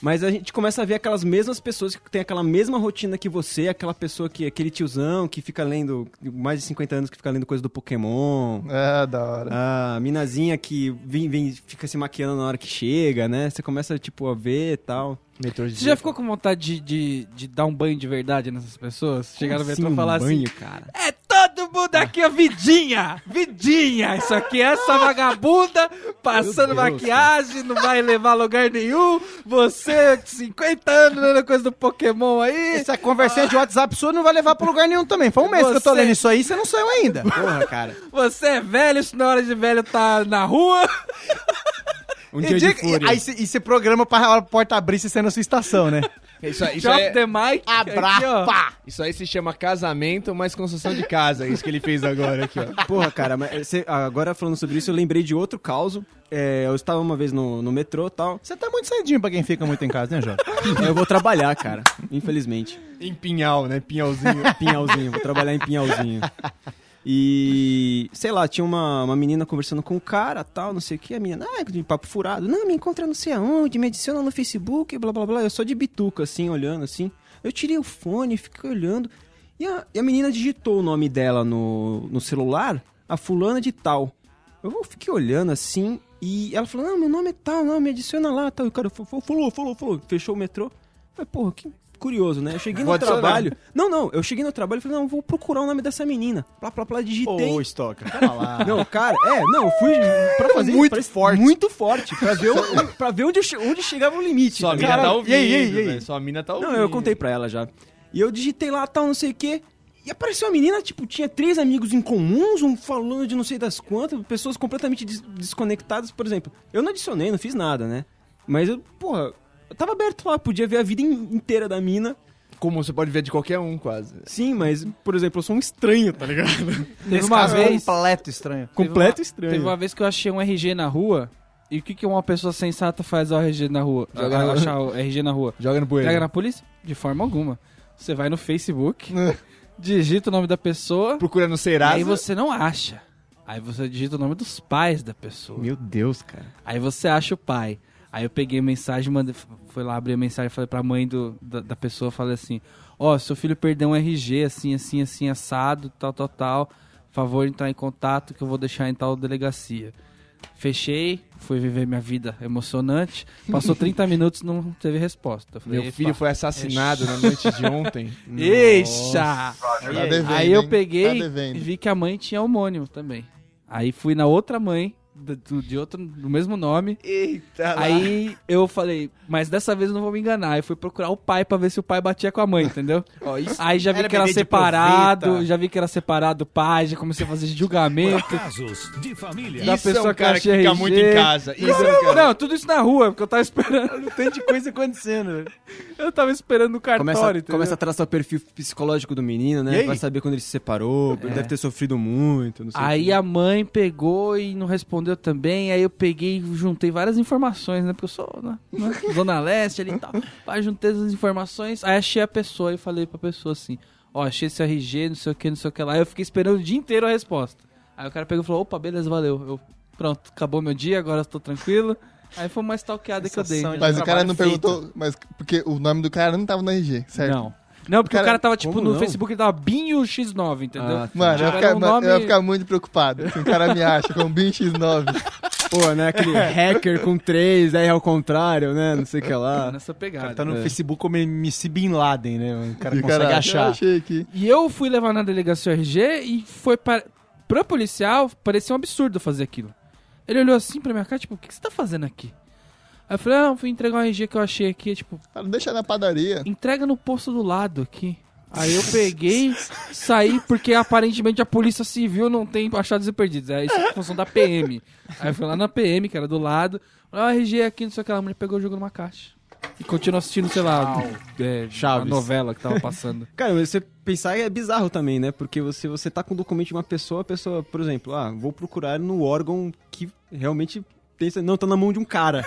E: Mas a gente começa a ver aquelas mesmas pessoas que tem aquela mesma rotina que você, aquela pessoa que, aquele tiozão que fica lendo, mais de 50 anos que fica lendo coisa do Pokémon.
C: Ah, da hora.
E: A minazinha que vem, vem, fica se maquiando na hora que chega, né? Você começa, tipo, a ver e tal.
B: Metrô de
A: Você já ficou com vontade de, de, de dar um banho de verdade nessas pessoas? Chegar no metrô e falar assim,
E: um banho, cara.
A: É todo mundo aqui, ó, vidinha! Vidinha! Isso aqui é essa vagabunda passando maquiagem, não vai levar a lugar nenhum. Você, 50 anos, lendo coisa do Pokémon aí.
H: Essa conversinha de WhatsApp sua não vai levar pra lugar nenhum também. Foi um mês que eu tô
A: Você-
H: lendo isso aí e você não saiu ainda.
E: Porra, cara.
A: Você é velho, isso na hora de velho tá na rua.
E: Um
H: E
E: dia
H: diga-
E: de fúria.
H: e- aí cê- e você programa pra a porta abrir se você é na sua estação, né?
B: Isso, aí- isso
A: Drop
B: aí-
A: the mic. Aqui, ó.
H: Abrapa!
B: isso aí se chama casamento, mas construção de casa. É isso que ele fez agora aqui, ó.
E: Porra, cara, mas você- agora falando sobre isso, eu lembrei de outro caso. É, eu estava uma vez no, no metrô e tal.
H: Você tá muito cedinho pra quem fica muito em casa, né, Jorge?
E: Eu vou trabalhar, cara. Infelizmente.
B: Em pinhal, né? Pinhalzinho.
E: Pinhalzinho, vou trabalhar em Pinhalzinho. E, sei lá, tinha uma, uma menina conversando com um cara, tal, não sei o que, a menina, ah, de papo furado, não, me encontra não sei aonde, me adiciona no Facebook, blá, blá, blá, eu só de bituca, assim, olhando, assim. Eu tirei o fone, fiquei olhando, e a, e a menina digitou o nome dela no, no celular, a fulana de tal. Eu fiquei olhando, assim, e ela falou, ah, meu nome é tal, não, me adiciona lá, tal, e o cara falou, falou, falou, falou, fechou o metrô. Eu falei, porra, que curioso, né? Eu cheguei no
B: Vou adicionar.
E: trabalho, não, não, eu cheguei no trabalho e falei, não, vou procurar o nome dessa menina. Plá, plá, plá, digitei.
D: Ô, Stalker, pera lá.
E: Não, cara, é, não, eu fui pra fazer
D: Muito
E: parece
D: forte.
E: Muito forte, pra ver, o, pra ver onde, eu che- onde chegava o limite.
B: Sua
E: tá
B: mina
E: ligado?
B: tá ouvindo,
D: e aí, e aí, e aí?
B: velho. Sua mina tá ouvindo.
E: Não, eu contei pra ela já. E eu digitei lá, tal, não sei o quê. E apareceu uma menina, tipo, tinha três amigos em comuns, um falando de não sei das quantas, pessoas completamente des- desconectadas, por exemplo. Eu não adicionei, não fiz nada, né? Mas eu, porra, eu tava aberto lá, podia ver a vida in- inteira da mina.
B: Como você pode ver de qualquer um, quase.
E: Sim, mas, por exemplo, eu sou um estranho, tá ligado?
A: Teve uma vez.
H: completo estranho.
E: Completo estranho.
A: Teve uma vez que eu achei um RG na rua. E o que, que uma pessoa sensata faz ao RG na rua?
B: Joga
A: A-
B: na-
A: achar o RG na rua.
B: Joga no poeira.
A: Pega na polícia? De forma alguma. Você vai no Facebook,
E: É.
A: digita o nome da pessoa,
B: Procura no
A: e
B: Serasa.
A: aí você não acha. Aí você digita o nome dos pais da pessoa.
E: Meu Deus, cara.
A: Aí você acha o pai. Aí eu peguei a mensagem, mandei, fui lá abrir a mensagem, falei pra mãe do, da, da pessoa, falei assim, ó, seu filho perdeu um RG, assim, assim, assim, assado, tal, tal, tal. favor entrar em contato que eu vou deixar em tal delegacia. Fechei, fui viver minha vida emocionante. Passou 30 minutos, não teve resposta. Eu falei,
B: Meu filho
A: "Epa."
B: foi assassinado na noite de ontem.
A: Eixa!
C: Tá devendo,
A: aí eu
C: hein?
A: peguei
C: Tá
A: e
C: devendo.
A: vi que a mãe tinha homônio também. Aí fui na outra mãe, do, do- de outro, do mesmo nome.
B: Eita,
A: Aí eu falei, mas dessa vez eu não vou me enganar. Aí fui procurar o pai pra ver se o pai batia com a mãe, entendeu?
B: Ó, isso
A: Aí já vi
B: Era
A: que era
B: bebê de
A: separado,
B: proveta.
A: já vi que era separado o pai, já comecei a fazer julgamento.
F: Casos de família.
A: Da
B: isso é
A: pessoa
B: um cara
A: que
B: que
A: acha
B: fica
A: RG.
B: muito em casa. Isso é um cara...
A: Não, tudo isso na rua, porque eu tava esperando.
D: Tanta coisa acontecendo. né?
A: Eu tava esperando o cartório,
E: Começa,
A: entendeu?
E: começa a traçar o perfil psicológico do menino, né? Vai saber quando ele se separou, ele deve ter sofrido muito, não sei o
A: Aí
E: quê.
A: a mãe pegou e não respondeu também. Aí eu peguei e juntei várias informações, né? Porque eu sou né, né, Zona Leste ali e tal. Aí juntei as informações. Aí achei a pessoa e falei pra pessoa assim: Ó, achei esse RG, não sei o que, não sei o que lá. Aí eu fiquei esperando o dia inteiro a resposta. Aí o cara pegou e falou: opa, beleza, valeu. Eu, pronto, acabou meu dia, agora eu tô tranquilo. Aí foi uma stalkeada que eu dei. né?
D: Sensação de-
C: Mas o cara
D: Trabalho
C: não
D: feito.
C: perguntou. Mas porque o nome do cara não tava no RG, certo?
A: Não. Não, porque o
C: O
A: cara,
C: cara-
A: tava, tipo,
E: Como
A: no
E: não?
A: Facebook, ele tava Binho X9, entendeu?
E: Ah,
C: Mano, eu ia,
A: Era
C: ficar,
A: um
C: mano, eu ia
A: nome-
C: ficar muito preocupado. Se o cara me acha com BIM X9.
E: Pô, né? Aquele hacker com três, aí ao contrário, né? Não sei o que lá.
A: Nessa
D: O
A: pegada.
D: cara tá
E: É.
D: no Facebook como MC Bin Laden, né? O cara
C: E o
D: consegue
C: cara, Eu
D: achar.
C: achei aqui.
A: E eu fui levar na delegacia RG e foi para. Pro policial, parecia um absurdo fazer aquilo. Ele olhou assim pra minha cara, tipo, o que que você tá fazendo aqui? Aí eu falei, ah, fui entregar um RG que eu achei aqui, tipo,
C: Cara, deixa na padaria.
A: entrega no posto do lado aqui. Aí eu peguei, saí, porque aparentemente a polícia civil não tem achados e perdidos. Aí isso é função da PM. Aí eu fui lá na PM, que era do lado. Ah, RG aqui, não sei o que lá. A mulher pegou e jogou numa caixa. E continuou assistindo, sei lá, é, a
D: Chaves.
A: novela que tava passando.
E: Cara, mas você pensar é bizarro também, né? Porque você, você tá com o documento de uma pessoa, a pessoa, por exemplo, ah, vou procurar no órgão que realmente pensa, não, tá na mão de um cara.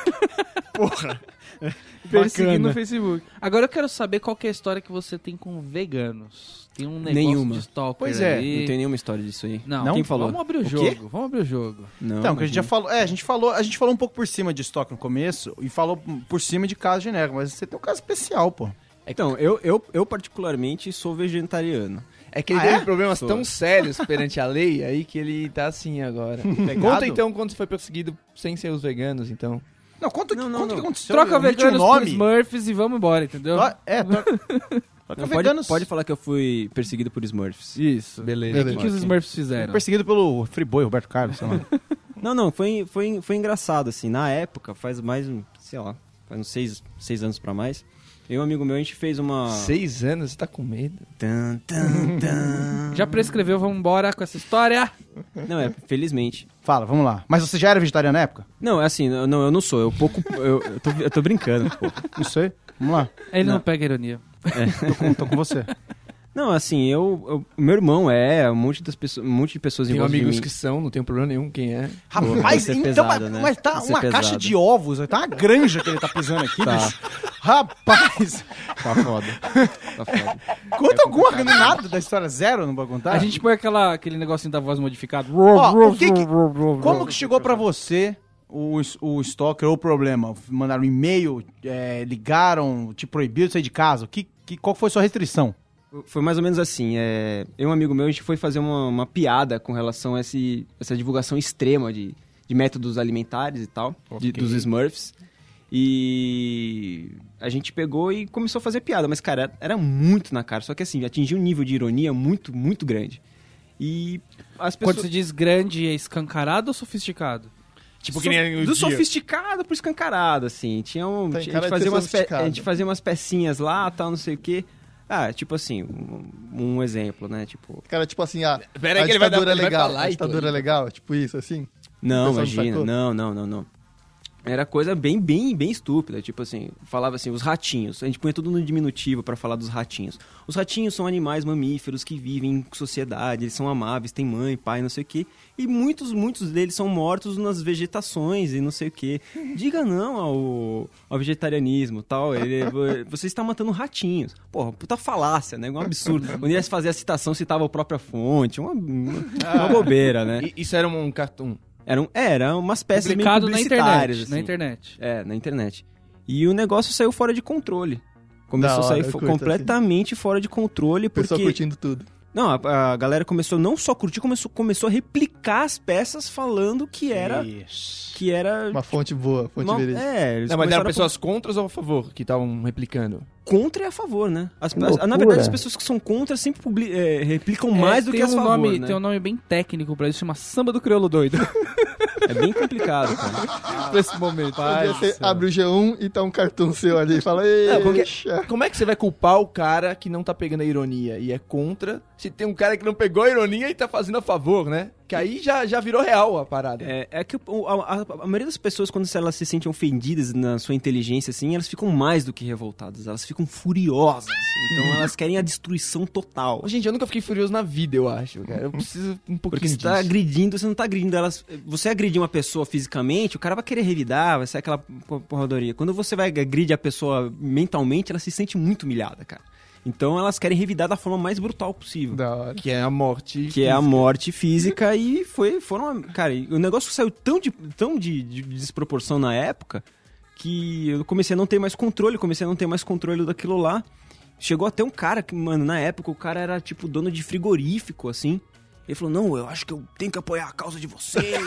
A: Persegui
D: Bacana.
A: no Facebook. Agora eu quero saber qual que é a história que você tem com veganos. Tem um negócio
E: Nenhuma.
A: de stalker
D: Pois é,
A: aí.
E: Não tem nenhuma história disso aí.
A: Não,
E: Quem falou?
A: vamos abrir o
D: quê?
A: jogo, vamos abrir o jogo.
E: Não,
D: Então, que a gente já
E: imagina.
D: falou. É, a gente falou, a gente falou um pouco por cima de estoque no começo e falou por cima de caso genérico, mas você tem um caso especial, pô.
E: Então, eu, eu, eu particularmente sou vegetariano.
B: É que ele teve problemas tão sérios perante a lei aí que ele tá assim agora. Conta então quando foi perseguido sem ser os veganos, então.
D: Não, conta o que,
E: Não, não,
D: conta o que
E: não.
D: aconteceu.
A: Troca
D: omite
A: veganos
D: o
A: por
D: nome.
A: Smurfs e vamos embora, entendeu?
D: um Tro- É, troca, troca
E: Não, pode,
D: veganos.
E: pode falar que eu fui perseguido por Smurfs.
A: Isso. Beleza. O que, que os Smurfs fizeram?
D: Perseguido pelo Friboi, Roberto Carlos, sei lá.
E: Não, não, foi, foi, foi engraçado, assim. Na época, faz mais, um, sei lá, faz uns seis, seis anos pra mais. Eu e um amigo meu, a gente fez
B: Ah.
E: uma...
B: Seis anos, você tá com medo?
E: Tan, tan, tan.
A: Já prescreveu, vamos embora com essa história.
E: Não, é, felizmente.
D: Fala, vamos lá. Mas você já era vegetariano na época?
E: Não, é assim, eu- não, eu não sou. Eu pouco... Eu, eu tô, eu tô brincando, um pô.
D: Não sei. Vamos lá.
A: Ele não,
E: Não.
A: pega ironia.
D: Tô com, tô com você.
E: Não, assim, eu... eu- meu irmão é, um monte, das pessoas, um monte de pessoas em
B: Tenho
E: volta de
B: amigos
E: mim.
B: que são, não tenho problema nenhum quem é.
D: Rapaz,
E: Isso é
D: então,
E: pesado,
D: mas,
E: né?
D: mas tá
E: Isso é
D: uma
E: pesado.
D: caixa de ovos, tá uma granja que ele tá pisando aqui,
E: Tá.
D: bicho. Rapaz,
E: Tá foda. Tá foda.
D: conta alguma, não nada da história zero, não vou contar?
A: A gente põe aquela, aquele negocinho da voz modificada.
D: Ó, o que que- como que chegou pra você o, es- o stalker ou o problema? Mandaram um e-mail, é, ligaram, te proibiram de sair de casa? Que, que, qual foi sua restrição?
E: Foi mais ou menos assim. É, eu e um amigo meu, a gente foi fazer uma, uma piada com relação a esse- essa divulgação extrema de, de métodos alimentares e tal, de- dos Smurfs. E a gente pegou e começou a fazer piada, mas, cara, era muito na cara. Só que assim, atingiu um nível de ironia muito, muito grande. E as pessoas.
A: Quando se diz grande, é escancarado ou sofisticado?
B: Tipo, que nem o
E: do
B: dia. Tá,
E: sofisticado pro escancarado, assim. Tinha um,
C: Tem
E: tinha- a, gente
C: cara de
E: fazia
C: ser
E: umas pe-
C: sofisticado.
E: a gente fazia umas pecinhas lá, tal, não sei o quê. Ah, tipo assim, um- um exemplo, né? Tipo,
C: O cara, tipo assim, ah,
B: Pera aí
C: a
B: que ele vai dar-
C: ditadura é
B: ele vai
C: legal.
B: falar
C: a
B: e
C: ditadura
B: tudo.
C: é legal, tipo isso, assim.
E: Não,
C: pessoal não
E: imagina,
C: sacou?
E: não, não, não, não. Era coisa bem, bem, bem estúpida. Tipo assim, falava assim, os ratinhos. A gente punha tudo no diminutivo pra falar dos ratinhos. Os ratinhos são animais mamíferos que vivem em sociedade, eles são amáveis, têm mãe, pai, não sei o quê. E muitos, muitos deles são mortos nas vegetações e não sei o quê. Diga não ao, ao vegetarianismo tal. Ele, você está matando ratinhos. Porra, puta falácia, né? Um absurdo. Quando ia fazer a citação, citava a própria fonte. Uma, uma, uma bobeira, né?
B: I- Isso era um cartoon.
E: Eram, é, eram umas peças meio
A: Publicado na internet.
E: publicitárias.
A: Na
E: assim.
A: internet.
E: É, na internet. E o negócio saiu fora de controle. Começou
C: Da
E: a sair
C: hora, eu
E: fo-
C: curto, assim.
E: completamente fora de controle,
C: Pessoa
E: porque
C: curtindo tudo.
E: Não, a, a galera começou não só a curtir, começou, começou a replicar as peças falando que era.
D: Isso.
E: Que era.
C: Uma fonte boa, fonte
E: uma-
C: verídica.
E: é, eles
B: Não, mas eram
E: começaram a
B: pessoas contra ou a favor que estavam replicando?
E: contra e a favor, né? As- as- na
F: loucura.
E: verdade, as pessoas que são contra sempre publi- é, replicam mais do
A: tem
E: que as
A: um
E: favor,
A: nome,
E: né?
A: Tem um nome bem técnico pra isso, chama Samba do Crioulo Doido.
E: É bem complicado, cara.
C: pra esse momento.
A: é
E: Pai
C: Um dia
E: do
C: você
E: céu.
C: abre o G1 e tá um cartão seu ali e fala,
B: É, porque-
C: eixa.
B: Como é que você vai culpar o cara que não tá pegando a ironia e é contra, se tem um cara que não pegou a ironia e tá fazendo a favor, né? Que aí já, já virou real a parada.
E: É, é que o- a, a- a maioria das pessoas, quando elas se sentem ofendidas na sua inteligência, assim, elas ficam mais do que revoltadas, elas ficam furiosas. Então elas querem a destruição total.
B: Ô, Gente, eu nunca fiquei furioso na vida, eu acho, cara. Eu preciso um pouquinho
E: Porque você
B: disso.
E: tá agredindo, você não tá agredindo elas. Você agredir uma pessoa fisicamente, o cara vai querer revidar, vai ser aquela po- porradoria. Quando você vai agredir a pessoa mentalmente, ela se sente muito humilhada, cara. Então elas querem revidar da forma mais brutal possível.
C: Da hora.
B: Que é a morte.
E: Que é a morte física e foi, foram. Cara, e o negócio saiu tão de, tão de, de desproporção na época que eu comecei a não ter mais controle, comecei a não ter mais controle daquilo lá. Chegou até um cara que, mano, na época o cara era tipo dono de frigorífico, assim. Ele falou: Não, eu acho que eu tenho que apoiar a causa de vocês.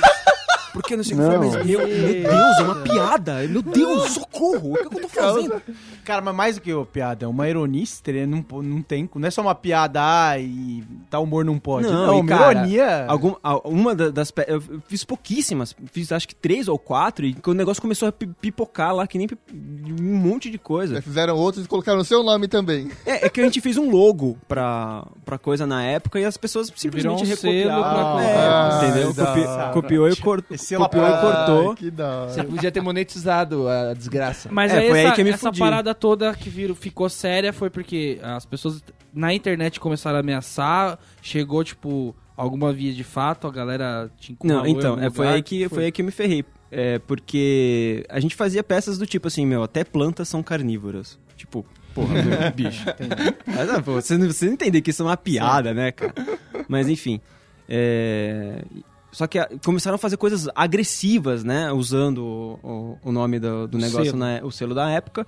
E: Porque não sei o que foi, mas meu, meu Deus, é uma piada. Meu Deus, socorro, o que, é que eu tô fazendo?
D: Cara, mas mais do que uma piada, é uma ironia estranha, não, po- não tem, não é só uma piada ah, e tal humor não pode.
E: Não,
D: é
E: e,
D: uma
E: cara,
D: ironia.
E: Algum, a- uma da- das. pe- Eu fiz pouquíssimas, fiz acho que três ou quatro, e o negócio começou a pi- pipocar lá, que nem pi- um monte de
C: Já
E: coisa.
C: fizeram outros e colocaram o seu nome também.
E: É, é que a gente fez um logo pra, pra coisa na época e as pessoas simplesmente
A: um selo
E: recopiaram.
A: pra-
E: É,
C: Ah,
E: entendeu?
C: da
E: Copi-
C: hora.
E: copiou e cor-
D: Esse lá-
E: copiou e
D: Ah,
E: cortou.
C: Que da hora.
B: Você podia ter monetizado a desgraça.
A: Mas
E: É,
A: aí
E: foi
A: essa,
E: aí que eu me
A: essa
E: fudi.
A: parada toda que virou, ficou séria foi porque as pessoas na internet começaram a ameaçar, chegou, tipo, alguma via de fato, a galera te
E: Não,
A: encurralou em
E: então,
A: algum
E: é, foi,
A: lugar.
E: aí que, foi aí que eu me ferrei. É, porque a gente fazia peças do tipo assim, meu, até plantas são carnívoras. Tipo, porra, meu, bicho. Mas, ah, pô, você, não- você não entender que isso é uma piada, né, cara? Mas enfim. é, Só que ah, começaram a fazer coisas agressivas, né? Usando o, o- o nome do, do negócio,
A: selo.
E: na- o selo da época.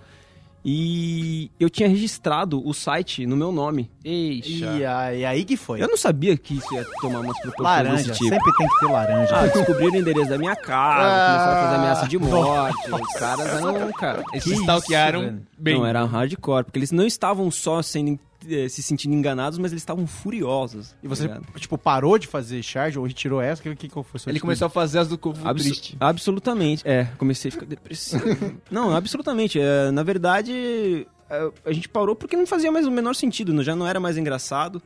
E: E eu tinha registrado o site no meu nome. é,
A: Eixa.
D: E, a- e aí que foi?
E: Eu não sabia que isso ia tomar umas proporções
D: laranja,
E: desse tipo.
D: sempre tem que ter laranja.
E: Ah, descobriram o endereço da minha casa,
D: Ah.
E: começaram a fazer ameaça de morte. Os caras eram, cara.
B: Eles se stalkearam bem.
E: Não, é, era hardcore, porque eles não estavam só sendo, eh, se sentindo enganados, mas eles estavam furiosos.
D: E você,
E: tá ligado?
D: tipo, parou de fazer charge ou retirou essa? O tipo que, que, que foi?
B: Ele começou a fazer as do corpo
E: Abso-
B: triste.
E: Absolutamente. É, comecei a ficar depressivo. não, absolutamente. é, na verdade, é, a gente parou porque não fazia mais o menor sentido, não- já não era mais engraçado.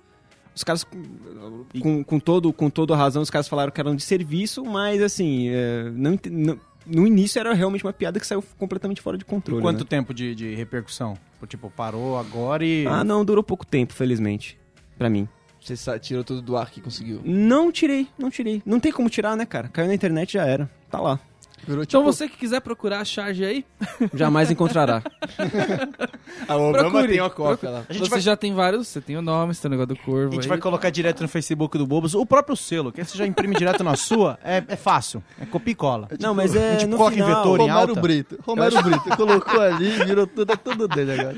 E: Os caras, com, com, todo, com toda a razão, os caras falaram que eram de serviço, mas assim, é, não, ente- não- no início era realmente uma piada que saiu completamente fora de controle.
D: Quanto
E: né?
D: tempo de, de repercussão? Tipo, parou agora e.
E: Ah, não, durou pouco tempo, felizmente. Pra mim.
B: Você sa- tirou tudo do ar que conseguiu.
E: Não tirei, não tirei. Não tem como tirar, né, cara? Caiu na internet já era. Tá lá.
C: Virou
A: Então
C: tipo-
A: você que quiser procurar a charge aí,
E: Jamais encontrará.
B: A
A: Procure.
B: uma cópia lá.
D: A gente
A: você
D: vai-
A: já tem vários, você tem o nome, você tem o negócio do
D: A
A: corvo
D: gente
A: aí.
D: vai colocar direto no Facebook do Bobos o próprio selo, que aí você já imprime direto na sua. É, é fácil. É copia e cola.
E: não, mas é.
D: tipo,
E: no
D: coloca em
E: final,
D: vetor, em
C: Romero
D: alta.
C: Brito. Romero Brito. Colocou ali e virou tudo, é tudo dele agora.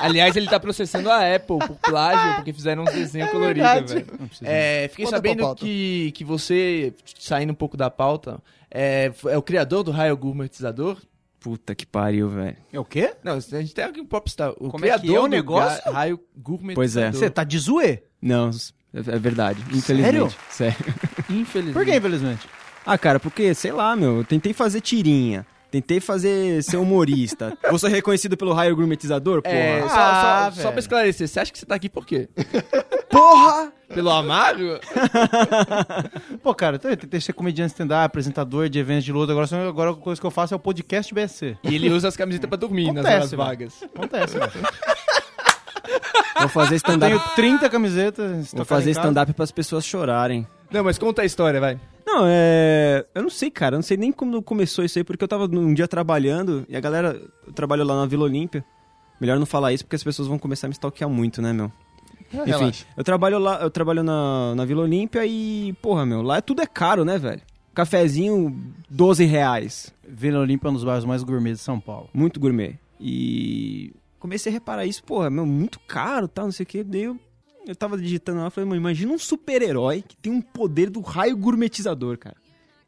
B: Aliás, ele tá processando a Apple por plágio, porque fizeram uns desenhos coloridos, velho.
D: Não precisa.
B: É, fiquei
C: Volta pra
B: sabendo
C: pauta.
B: que, que você, saindo um pouco da pauta, é, f- é o criador do raio gourmetizador?
E: Puta que pariu, velho.
D: É o quê?
B: Não, a gente tem aqui um popstar. O
D: Como é
B: criador
D: que é o
B: do
D: negócio?
B: ga- raio gourmetizador.
E: Pois é.
D: Você tá de zoê?
E: Não, é é verdade. Infelizmente. Sério?
A: Infelizmente.
D: Por que, infelizmente?
E: Ah, cara, porque, sei lá, meu, eu tentei fazer tirinha. Tentei fazer ser humorista. Vou ser é reconhecido pelo raio gourmetizador, porra.
B: É, só, só,
D: Ah,
B: só
D: velho.
B: pra esclarecer, você acha que você tá aqui por quê?
E: Porra!
B: Pelo amargo?
D: Pô, cara, eu tentei ser comediante stand-up, apresentador de eventos de luta. Agora, só- agora a coisa que eu faço é o podcast BSC.
B: E ele usa as camisetas pra dormir nas horas
D: Acontece, velho.
B: vagas.
D: Acontece, velho.
E: Vou fazer
D: Eu
E: stand-up.
D: tenho 30 camisetas. se
E: Vou
D: tocar
E: fazer
D: em casa.
E: stand-up pras pessoas chorarem.
B: Não, mas conta a história, vai.
E: Não, é. Eu não sei, cara. Eu não sei nem como começou isso aí, porque eu tava num dia trabalhando e a galera. Eu trabalho lá na Vila Olímpia. Melhor não falar isso porque as pessoas vão começar a me stalkear muito, né, meu? Enfim,
C: relaxa.
E: eu trabalho lá, eu trabalho na, na Vila Olímpia e, porra, meu, lá tudo é caro, né, velho? Cafezinho, 12 reais.
D: Vila Olímpia é um dos bairros mais gourmet de São Paulo.
E: Muito gourmet. E comecei a reparar isso, porra, meu, muito caro, tal, não sei o quê. Daí eu eu tava digitando lá, eu falei, mano, imagina um super-herói que tem um poder do raio gourmetizador, cara.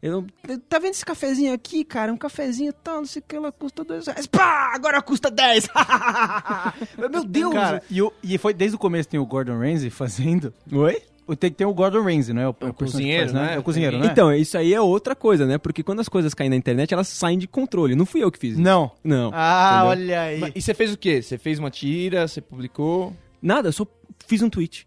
E: Eu não- tá vendo esse cafezinho aqui, cara? Um cafezinho e tal, não sei o que, ela custa dois reais. Pá, agora custa 10! Meu Deus!
D: Cara, e, o- e foi desde o começo tem o Gordon Ramsay fazendo.
E: Oi?
D: O- Tem que ter o Gordon Ramsay, não é? O, o personagem que
B: cozinheiro,
D: faz,
B: né?
D: É o cozinheiro, né?
E: Então, isso aí é outra coisa, né? Porque quando as coisas caem na internet, elas saem de controle. Não fui eu que fiz. isso.
D: Não.
E: Não.
D: Ah,
E: Entendeu?
D: olha aí.
B: E você fez o quê? Você fez uma tira, você publicou.
E: Nada, eu só fiz um tweet.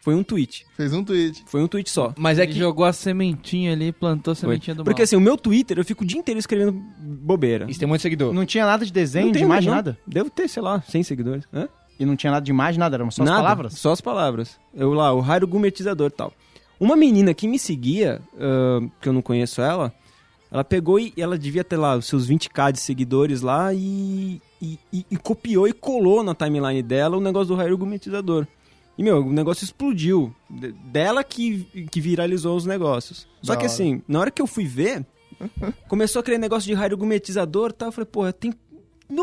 E: Foi um tweet.
C: Fez um tweet.
E: Foi um tweet só.
B: Mas é
A: Ele
B: que.
A: jogou a sementinha ali, plantou a
E: Foi.
A: sementinha do mal.
E: Porque assim, o meu Twitter, eu fico o dia inteiro escrevendo bobeira.
B: Isso tem muito seguidor.
D: Não tinha nada de desenho,
E: tem
D: de imagem,
E: não.
D: nada.
E: Devo ter, sei lá, 100 seguidores. Hã?
D: E não tinha nada de imagem, nada. Eram só
E: Nada,
D: as palavras.
E: Só as palavras. Eu lá, o raio gourmetizador e tal. Uma menina que me seguia, ahn, que eu não conheço ela, ela pegou e ela devia ter lá os seus 20k de seguidores lá e, e, e- e copiou e colou na timeline dela o negócio do raio gourmetizador. E, meu, o negócio explodiu. De- dela que, que viralizou os negócios. Só
B: Da
E: que
B: hora.
E: assim, na hora que eu fui ver, começou aquele negócio de raio gourmetizador e tal. Eu falei, porra, tem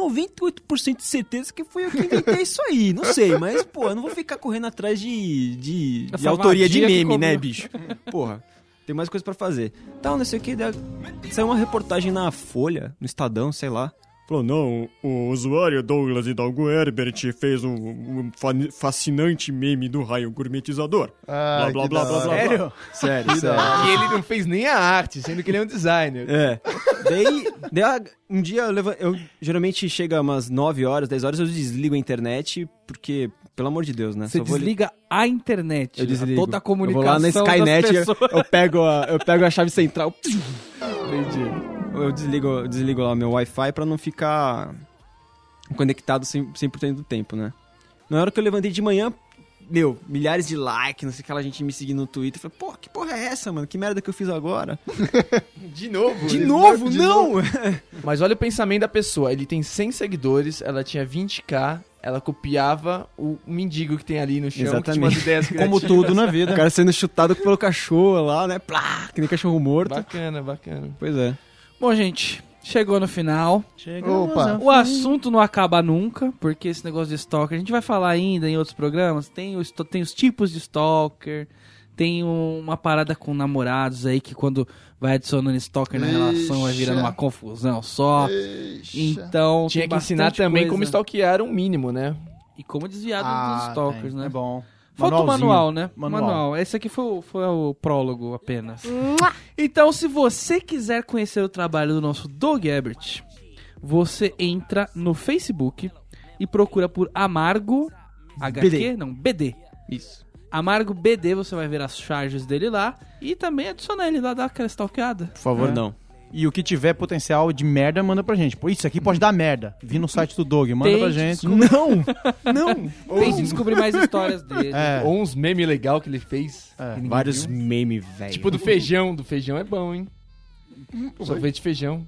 E: 98% de certeza que fui eu que inventei isso aí. Não sei, mas, pô, eu não vou ficar correndo atrás de, de, de
A: Essa
E: autoria de
A: vadia que
E: meme, né,
A: cobrou.
E: bicho? Porra, tem mais coisa pra fazer. Tal, não sei o que. daí Saiu uma reportagem na Folha, no Estadão, sei lá.
I: Falou, não, o usuário Douglas Hidalgo Herbert fez um, um fa- fascinante meme do raio gourmetizador.
C: Ai,
I: blá,
C: que
I: blá,
C: da
I: blá,
C: hora.
I: blá, blá.
D: Sério?
E: Sério, sério.
B: E ele não fez nem a arte, sendo que ele é um designer.
E: É. Daí, daí a- um dia eu, leva- eu- geralmente chega umas 9 horas, 10 horas, eu desligo a internet, porque, pelo amor de Deus, né?
A: Você
E: Só vou ali-
A: desliga a internet.
E: Eu
A: a-
E: desligo.
A: Toda a
E: Eu
A: comunicação
E: vou lá na
A: das
E: Skynet, eu,
A: pessoas.
E: eu pego a, eu pego a chave central. Eu desligo, eu desligo lá meu Wi-Fi pra não ficar conectado 100%, 100 do tempo, né? Na hora que eu levantei de manhã, meu, milhares de likes, não sei o que, lá, gente me seguindo no Twitter. Falei, pô, que porra é essa, mano? Que merda que eu fiz agora?
B: De novo.
E: De
B: ele-
E: novo, não!
B: Mas olha o pensamento da pessoa. Ele tem 100 seguidores, ela tinha 20k, ela copiava o mendigo que tem ali no chão, que tinha umas
E: Exatamente.
B: ideias
D: Como
B: criativas.
D: tudo na
E: o
D: vida.
E: cara sendo chutado pelo cachorro lá, né? Plá, que nem cachorro morto.
B: Bacana, bacana.
E: Pois é.
A: Bom, gente, chegou no final.
C: Opa.
A: O assunto não acaba nunca, porque esse negócio de stalker, a gente vai falar ainda em outros programas, tem, o, esto- tem os tipos de stalker, tem um- uma parada com namorados aí que quando vai adicionando stalker na relação vai virando
C: Ixi.
A: uma confusão só.
C: Ixi.
A: Então,
B: Tinha
A: tem
B: que ensinar
A: bastante
B: também
A: coisa.
B: como stalkear um mínimo, né?
A: E como desviar dos
D: Ah,
A: stalkers,
D: tem.
A: né?
D: É bom.
A: Falta o
D: Manualzinho.
A: manual, né?
D: Manual.
A: Esse aqui foi, o- foi o prólogo apenas. Então, se você quiser conhecer o trabalho do nosso Doug Ebert, você entra no Facebook e procura por Amargo HQ,
E: BD.
A: não, BD.
E: Isso.
A: Amargo BD, você vai ver as charges dele lá e também adicionar ele lá, dá aquela stalkeada.
E: Por favor, não.
D: É. E o que tiver potencial de merda, manda pra gente. Pô, isso aqui pode dar merda. Vi no site do Dog, manda
A: Tem
D: pra gente.
E: Não! Não!
A: Tente descobrir mais histórias dele.
D: Oh. É.
B: Ou uns memes legal que ele fez.
D: É.
B: que ninguém
E: Vários
B: viu.
E: memes, velho.
B: Tipo do feijão. Do feijão é bom, hein? Sorvete de feijão.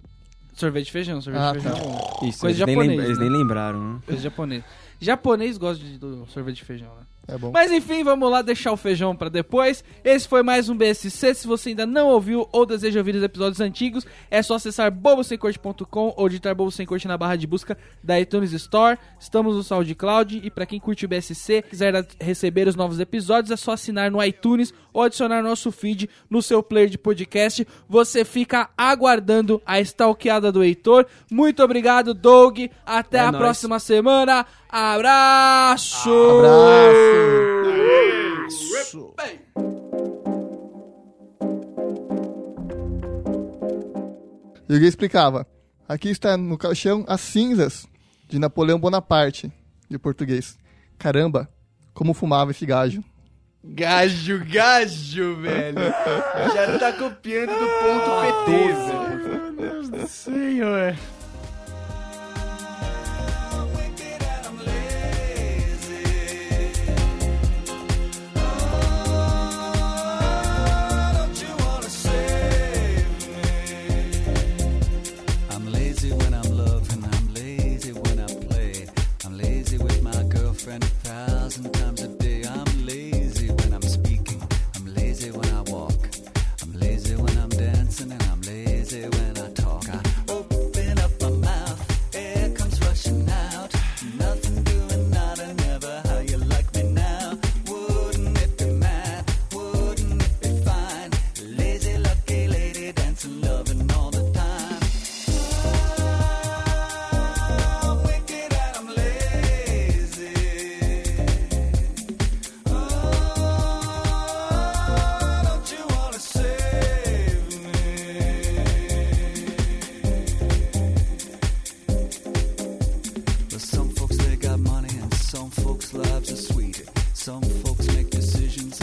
A: Sorvete de feijão, sorvete de
C: Ah,
A: feijão.
D: tá.
A: é bom.
E: Isso,
A: coisa
E: eles, nem lembra-
A: japonesa,
E: eles
A: né?
E: nem lembraram, né?
A: Coisa japonesa. Japonês gosta de, do sorvete de feijão, né?
C: É bom.
A: Mas enfim, vamos lá deixar o feijão pra depois. Esse foi mais um BSC. Se você ainda não ouviu ou deseja ouvir os episódios antigos, é só acessar bobosemcorte.com ou digitar Bobo Sem Corte na barra de busca da iTunes Store. Estamos no SoundCloud e pra quem curte o BSC, quiser a- receber os novos episódios, é só assinar no iTunes ou adicionar nosso feed no seu player de podcast. Você fica aguardando a stalkeada do Heitor. Muito obrigado, Doug. Até
E: É
A: a
E: nóis.
A: próxima semana. Abraço!
C: Abraço. E alguém explicava. Aqui está no caixão as cinzas de Napoleão Bonaparte, de português. Caramba, como fumava esse gajo.
B: Gajo, gajo, velho. Já tá copiando do ponto PT, velho.
D: Senhor.
J: I'm lazy when I'm loving, I'm lazy when I play. I'm lazy with my girlfriend a thousand times a day. I'm lazy when I'm speaking, I'm lazy when I walk. I'm lazy when I'm dancing, and I'm lazy when I talk. I open up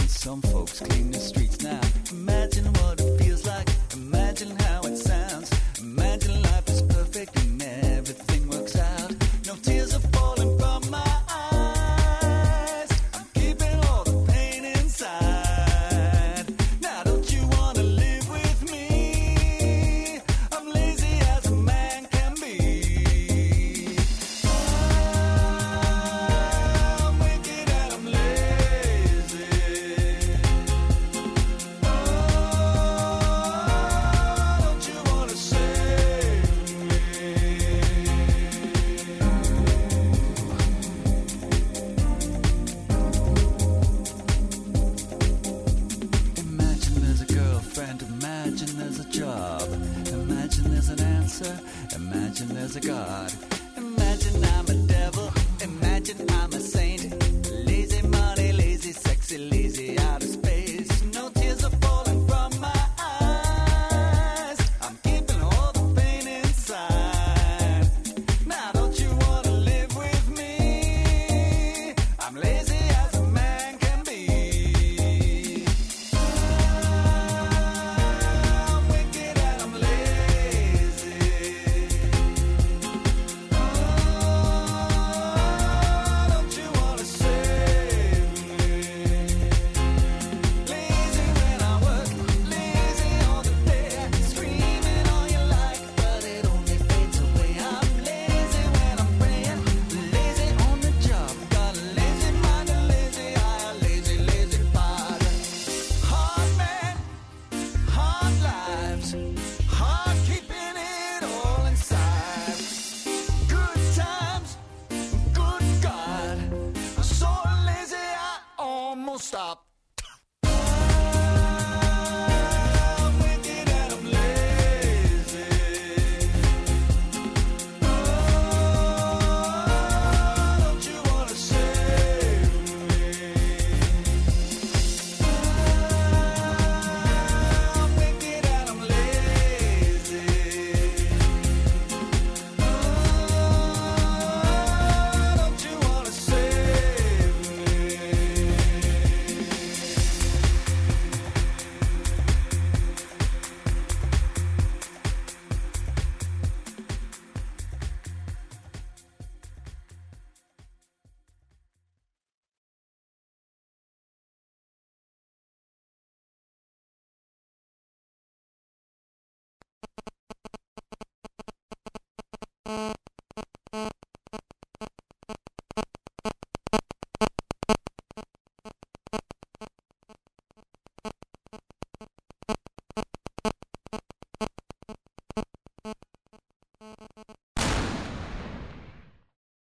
B: Some folks clean the streets now. Imagine what it feels like. Imagine how it sounds. Imagine life is perfect and everything works out. No tears are falling from my eyes. I'm keeping all the pain inside. Now don't you wanna live with me? I'm lazy as a man can be. I'm wicked and I'm lazy. Oh, don't you wanna save me? Imagine there's a girlfriend, imagine there's a job, imagine there's an answer, imagine there's a God. Imagine I'm a devil, imagine I'm a saint. Lazy money, lazy, sexy, lazy out of